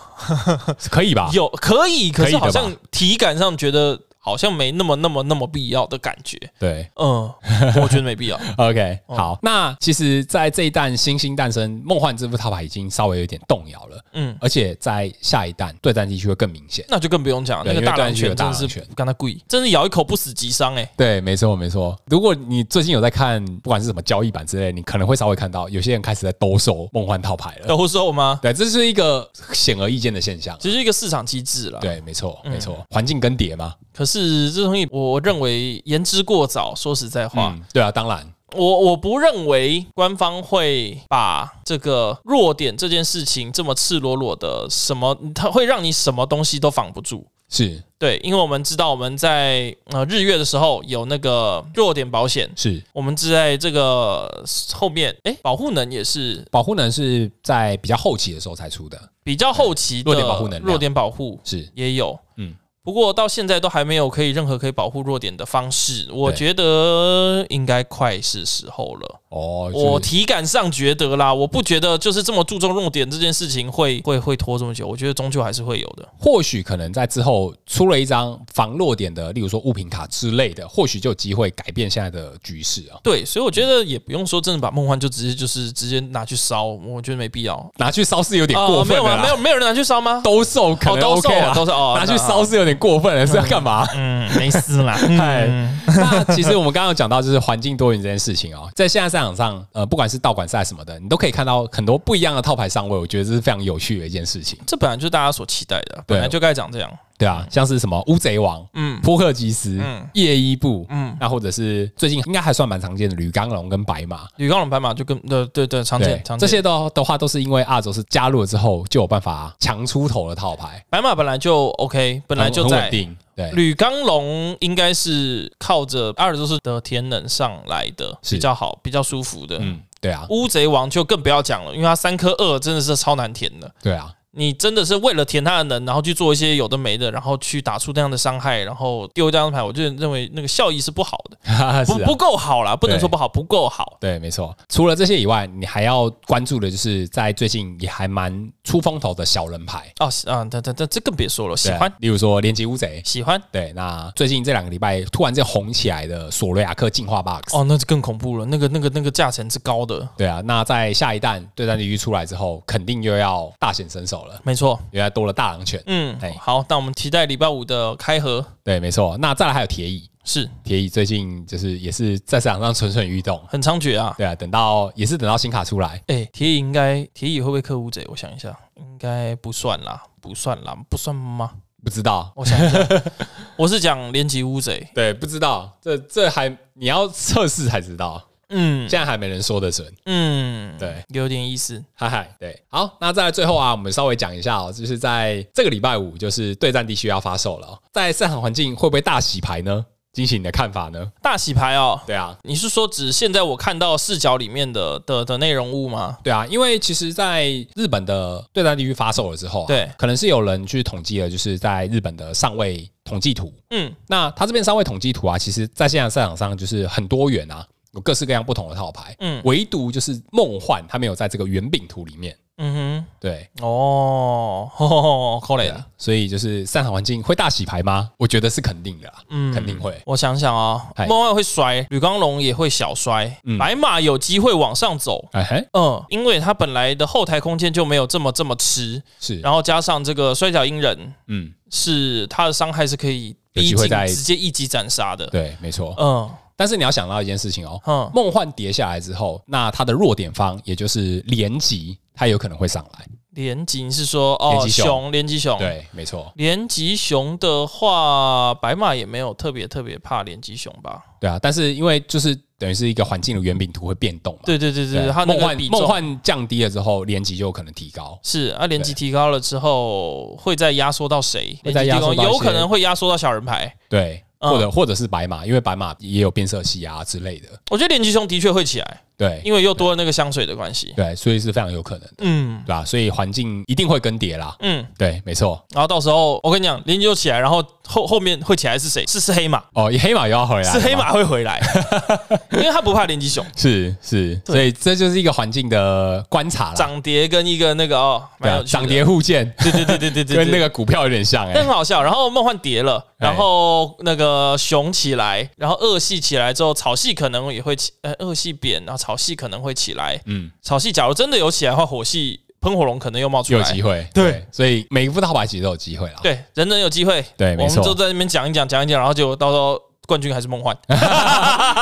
S2: 可以吧？
S1: 有可以可可是
S2: 可以
S1: 好
S2: 的吧
S1: 像体感上觉得好像没那么那么那么必要的感觉。
S2: 对
S1: 嗯，我觉得没必 要。
S2: ，OK，好，
S1: 哦
S2: 那其实，在这一弹新星诞生，梦幻之父套牌已经稍微有点动摇了，
S1: 嗯，
S2: 而且在下一弹对战地区会更明显。
S1: 那就更不用讲，
S2: 对
S1: 那个大
S2: 因为断
S1: 狼
S2: 续有
S1: 犬真
S2: 大
S1: 的
S2: 狼
S1: 是
S2: 犬
S1: 跟他贵，真是咬一口不死即伤哎、
S2: 对，没错，没错。如果你最近有在看，不管是什么交易版之类，你可能会稍微看到有些人开始在兜售梦幻套牌了。
S1: 都瘦吗？
S2: 对，这是一个显而易见的现象。啊
S1: 只是一个市场机制啦。
S2: 对，没错，没
S1: 嗯
S2: 错，环境更迭嘛。
S1: 可是这东西，我认为言之过早。说实在话，
S2: 嗯，对啊，当然，
S1: 我我不认为官方会把这个弱点这件事情这么赤裸裸的什么，它会让你什么东西都防不住。
S2: 是
S1: 对，因为我们知道我们在呃日月的时候有那个弱点保险，
S2: 是，
S1: 我们是在这个后面，哎，保护能也是
S2: 保护能是在比较后期的时候才出的，
S1: 比较后期的
S2: 弱点保护能量
S1: 弱点保护
S2: 是
S1: 也有，
S2: 嗯
S1: 嗯。不过到现在都还没有可以任何可以保护弱点的方式，我
S2: 对
S1: 觉得应该快是时候了。
S2: 哦。
S1: 我
S2: 是
S1: 体感上觉得啦，我不觉得就是这么注重弱点这件事情会会会拖这么久，我觉得终究还是会有的。
S2: 或许可能在之后出了一张防弱点的，例如说物品卡之类的，或许就有机会改变现在的局势啊。
S1: 对，所以我觉得也不用说真的把梦幻就直接就是直接拿去烧，我觉得没必要。
S2: 拿去烧是有点
S1: 啊
S2: 过
S1: 没
S2: 分
S1: 有吗？
S2: 了啦，
S1: 没有没有人拿去烧吗？
S2: 兜售可
S1: 哦，
S2: 能
S1: 都
S2: OK
S1: 送
S2: 啊，
S1: 都是哦，
S2: 拿去
S1: 那
S2: 烧，是有点过分了，是要干嘛？
S1: 嗯，没事 啦。
S2: 嗨
S1: 嗯，
S2: 那其实我们刚刚有讲到就是环境多元这件事情哦，在现在赛场上，呃，不管是道馆赛什么的，你都可以看到很多不一样的套牌上位，我觉得这是非常有趣的一件事情，
S1: 这本来就是大家所期待的，本来就该长这样。
S2: 对啊，像是什么乌贼王、
S1: 嗯
S2: 扑克吉斯、
S1: 嗯
S2: 夜一步，
S1: 嗯，
S2: 那或者是最近应该还算蛮常见的吕刚龙跟白马，
S1: 铝钢龙白马就跟对对对常
S2: 对
S1: 见，常见
S2: 这些都的话都是因为阿卓是加入了之后就有办法强出头的套牌，
S1: 白马本来就 OK，本来就
S2: 很很
S1: 在
S2: 稳。定，对，
S1: 铝钢龙应该是靠着阿尔宙斯的天能上来的，
S2: 是
S1: 比较好，比较舒服的。
S2: 嗯，对啊，
S1: 乌贼王就更不要讲了，因为它三颗二真的是超难填的。
S2: 对啊，
S1: 你真的是为了填它的能，然后去做一些有的没的，然后去打出那样的伤害，然后丢一张牌，我就认为那个效益是不好的，不
S2: 是啊
S1: 不够好啦，不能
S2: 对
S1: 说不好，不够好。
S2: 对，没错。除了这些以外，你还要关注的就是在最近也还蛮出风头的小人牌，
S1: 哦，喜啊，这这这这更别说了，喜
S2: 对啊
S1: 欢
S2: 例如说连接乌贼。
S1: 喜欢
S2: 对，那最近这两个礼拜突然间红起来的索瑞亚克进化 box，、
S1: 哦，那就更恐怖了，那个那个那个价钱是高的，
S2: 对啊，那在下一弹对战地区出来之后，肯定又要大显身手了，
S1: 没错。
S2: 原来多了大狼犬。
S1: 嗯
S2: 哎，
S1: 好，那我们期待礼拜五的开盒
S2: 对，没错。那再来还有铁蚁，
S1: 是
S2: 铁蚁最近就是也是在市场上蠢蠢欲动。
S1: 很猖獗啊。
S2: 对啊，等到也是等到新卡出来，
S1: 哎、铁乙应该铁乙会不会克乌贼？我想一下，应该不算啦，不算啦，不算吗？
S2: 不知道。
S1: 我想 一下，我是讲连级乌贼。
S2: 对，不知道，这这还你要测试才知道，
S1: 嗯
S2: 现在还没人说得准。
S1: 嗯，
S2: 对，
S1: 有点意思。
S2: 嗨嗨，对，好，那在最后啊，我们稍微讲一下哦，就是在这个礼拜五，就是对战地区要发售了哦、在赛场环境会不会大洗牌呢？惊喜你的看法呢？
S1: 大洗牌哦，
S2: 对啊，
S1: 你是说指现在我看到视角里面的的的内容物吗？
S2: 对啊，因为其实，在日本的对战地区发售了之后、啊，
S1: 对
S2: 可能是有人去统计了，就是在日本的上位统计图。
S1: 嗯，
S2: 那它这边上位统计图啊，其实在现在赛场上就是很多元啊，有各式各样不同的套牌，
S1: 嗯
S2: 唯独就是梦幻它没有在这个圆饼图里面。
S1: 嗯
S2: 对，
S1: 哼，哦， 吼吼吼，扣
S2: 对
S1: 雷
S2: 啊，所以就是赛场环境会大洗牌吗？我觉得是肯定的啦，
S1: 嗯
S2: 肯定会。
S1: 我想想啊、
S2: 嗨
S1: 哦，梦幻会摔，吕刚龙也会小摔，
S2: 嗯
S1: 白马有机会往上走。
S2: 哎嘿，
S1: 嗯，因为它本来的后台空间就没有这么这么吃，
S2: 是，
S1: 然后加上这个摔角鹰人
S2: 嗯，
S1: 是它的伤害是可以逼
S2: 有机
S1: 近
S2: 会在
S1: 直接一击斩杀的。
S2: 对，没错。
S1: 嗯
S2: 但是你要想到一件事情哦，
S1: 嗯
S2: 梦幻跌下来之后，那它的弱点方，也就是连级，它有可能会上来。
S1: 连吉是说
S2: 连
S1: 哦
S2: 吉熊
S1: 熊连吉熊，
S2: 对，没错，
S1: 连吉熊的话，白马也没有特别特别怕连吉熊吧？
S2: 对啊。但是因为就是等于是一个环境的圆饼图会变动嘛，啊
S1: 对对对对，它那
S2: 梦
S1: 个
S2: 幻
S1: 比
S2: 梦
S1: 重
S2: 幻降低了之后，连级就有可能提高。
S1: 是啊，连吉提高了之后会再压缩到谁？
S2: 会
S1: 连
S2: 再
S1: 吉
S2: 压
S1: 提
S2: 缩
S1: 高
S2: 到一些
S1: 有可能会压缩到小人牌。
S2: 对，
S1: 嗯
S2: 或者或者是白马，因为白马也有变色系啊之类的。
S1: 我觉得连吉熊的确会起来，
S2: 对
S1: 因为又多了那个香水的关系。
S2: 对，所以是非常有可能的，
S1: 嗯
S2: 对吧？所以环境一定会更迭啦。
S1: 嗯，
S2: 对，没错。
S1: 然后到时候我跟你讲，林就起来，然后后后面会起来是谁？是是黑马，
S2: 哦，黑马又啊要回来了吗，
S1: 是黑马会 回来，因为他不怕林吉雄。
S2: 是是，所以这就是一个环境的观察啦。
S1: 涨跌跟一个那个哦，
S2: 对
S1: 蛮有趣
S2: 啊
S1: 的
S2: 涨跌，互见，
S1: 对对对对对对，
S2: 跟那
S1: 个
S2: 个股票有点像哎、
S1: 很好笑。然后梦幻跌了，
S2: 哎
S1: 然后那个熊起来，然后恶系起来之后，草系可能也会起，呃，恶系扁，然后草系可能会起来。
S2: 嗯，
S1: 草系假如真的有起来的话，火系喷火龙可能又冒出
S2: 有
S1: 来
S2: 机。会。
S1: 对，
S2: 所以每一副套牌其实都有机会 啦。
S1: 对，人人有机会。
S2: 对
S1: 我
S2: 没
S1: 们
S2: 错
S1: 就在那边讲一讲，讲一讲，然后结果到时候冠军还是梦 幻。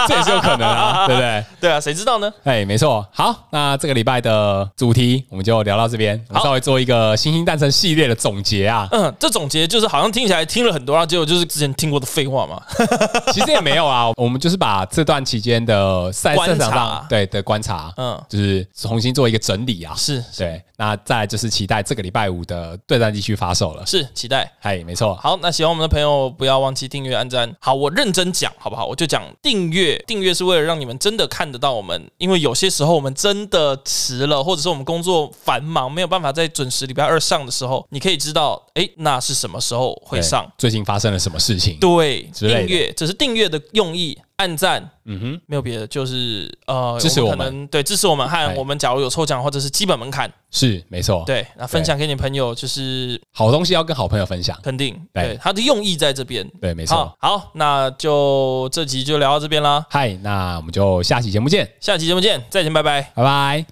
S2: 这也是有可能 啊，对不对？
S1: 对啊，谁知道呢？
S2: 哎，没错。好，那这个礼拜的主题我们就聊到这边，我们
S1: 好。
S2: 稍微做一个星星诞生系列的总结啊
S1: 嗯，这总结就是好像听起来听了很多，然后结果就是之前听过的废话嘛。
S2: 其实也没有啊，我们就是把这段期间的赛
S1: 观察
S2: 赛场上对的观察，
S1: 嗯，
S2: 就是重新做一个整理啊。
S1: 是
S2: 对，那再来就是期待这个礼拜五的对战地区发售了。
S1: 是，期待。
S2: 哎，没错，
S1: 好，那喜欢我们的朋友不要忘记订阅、按赞。好，我认真讲好不好？我就讲订阅，订阅是为了让你们真的看得到我们，因为有些时候我们真的迟了，或者是我们工作繁忙，没有办法在准时礼拜二上的时候，你可以知道，诶，那是什么时候会
S2: 对
S1: 上。
S2: 最近发生了什么事情？
S1: 对，
S2: 之类的
S1: 订阅只是订阅的用意，按赞
S2: 嗯哼，
S1: 没有别的，就是呃
S2: 支持我们
S1: 可能对支持我们
S2: 哎哦
S1: 和我们假如有抽奖或者是基本门槛，
S2: 是没错。，
S1: 对，那分享给你朋友就是
S2: 好东西要跟好朋友分享。
S1: 肯定，
S2: 对
S1: 对它的用意在这边。
S2: 对，没错
S1: 好。，好，那就这集就聊到这边啦，
S2: 嗨，那我们就下期节目见，
S1: 下期节目见，再见，拜拜。
S2: 拜拜。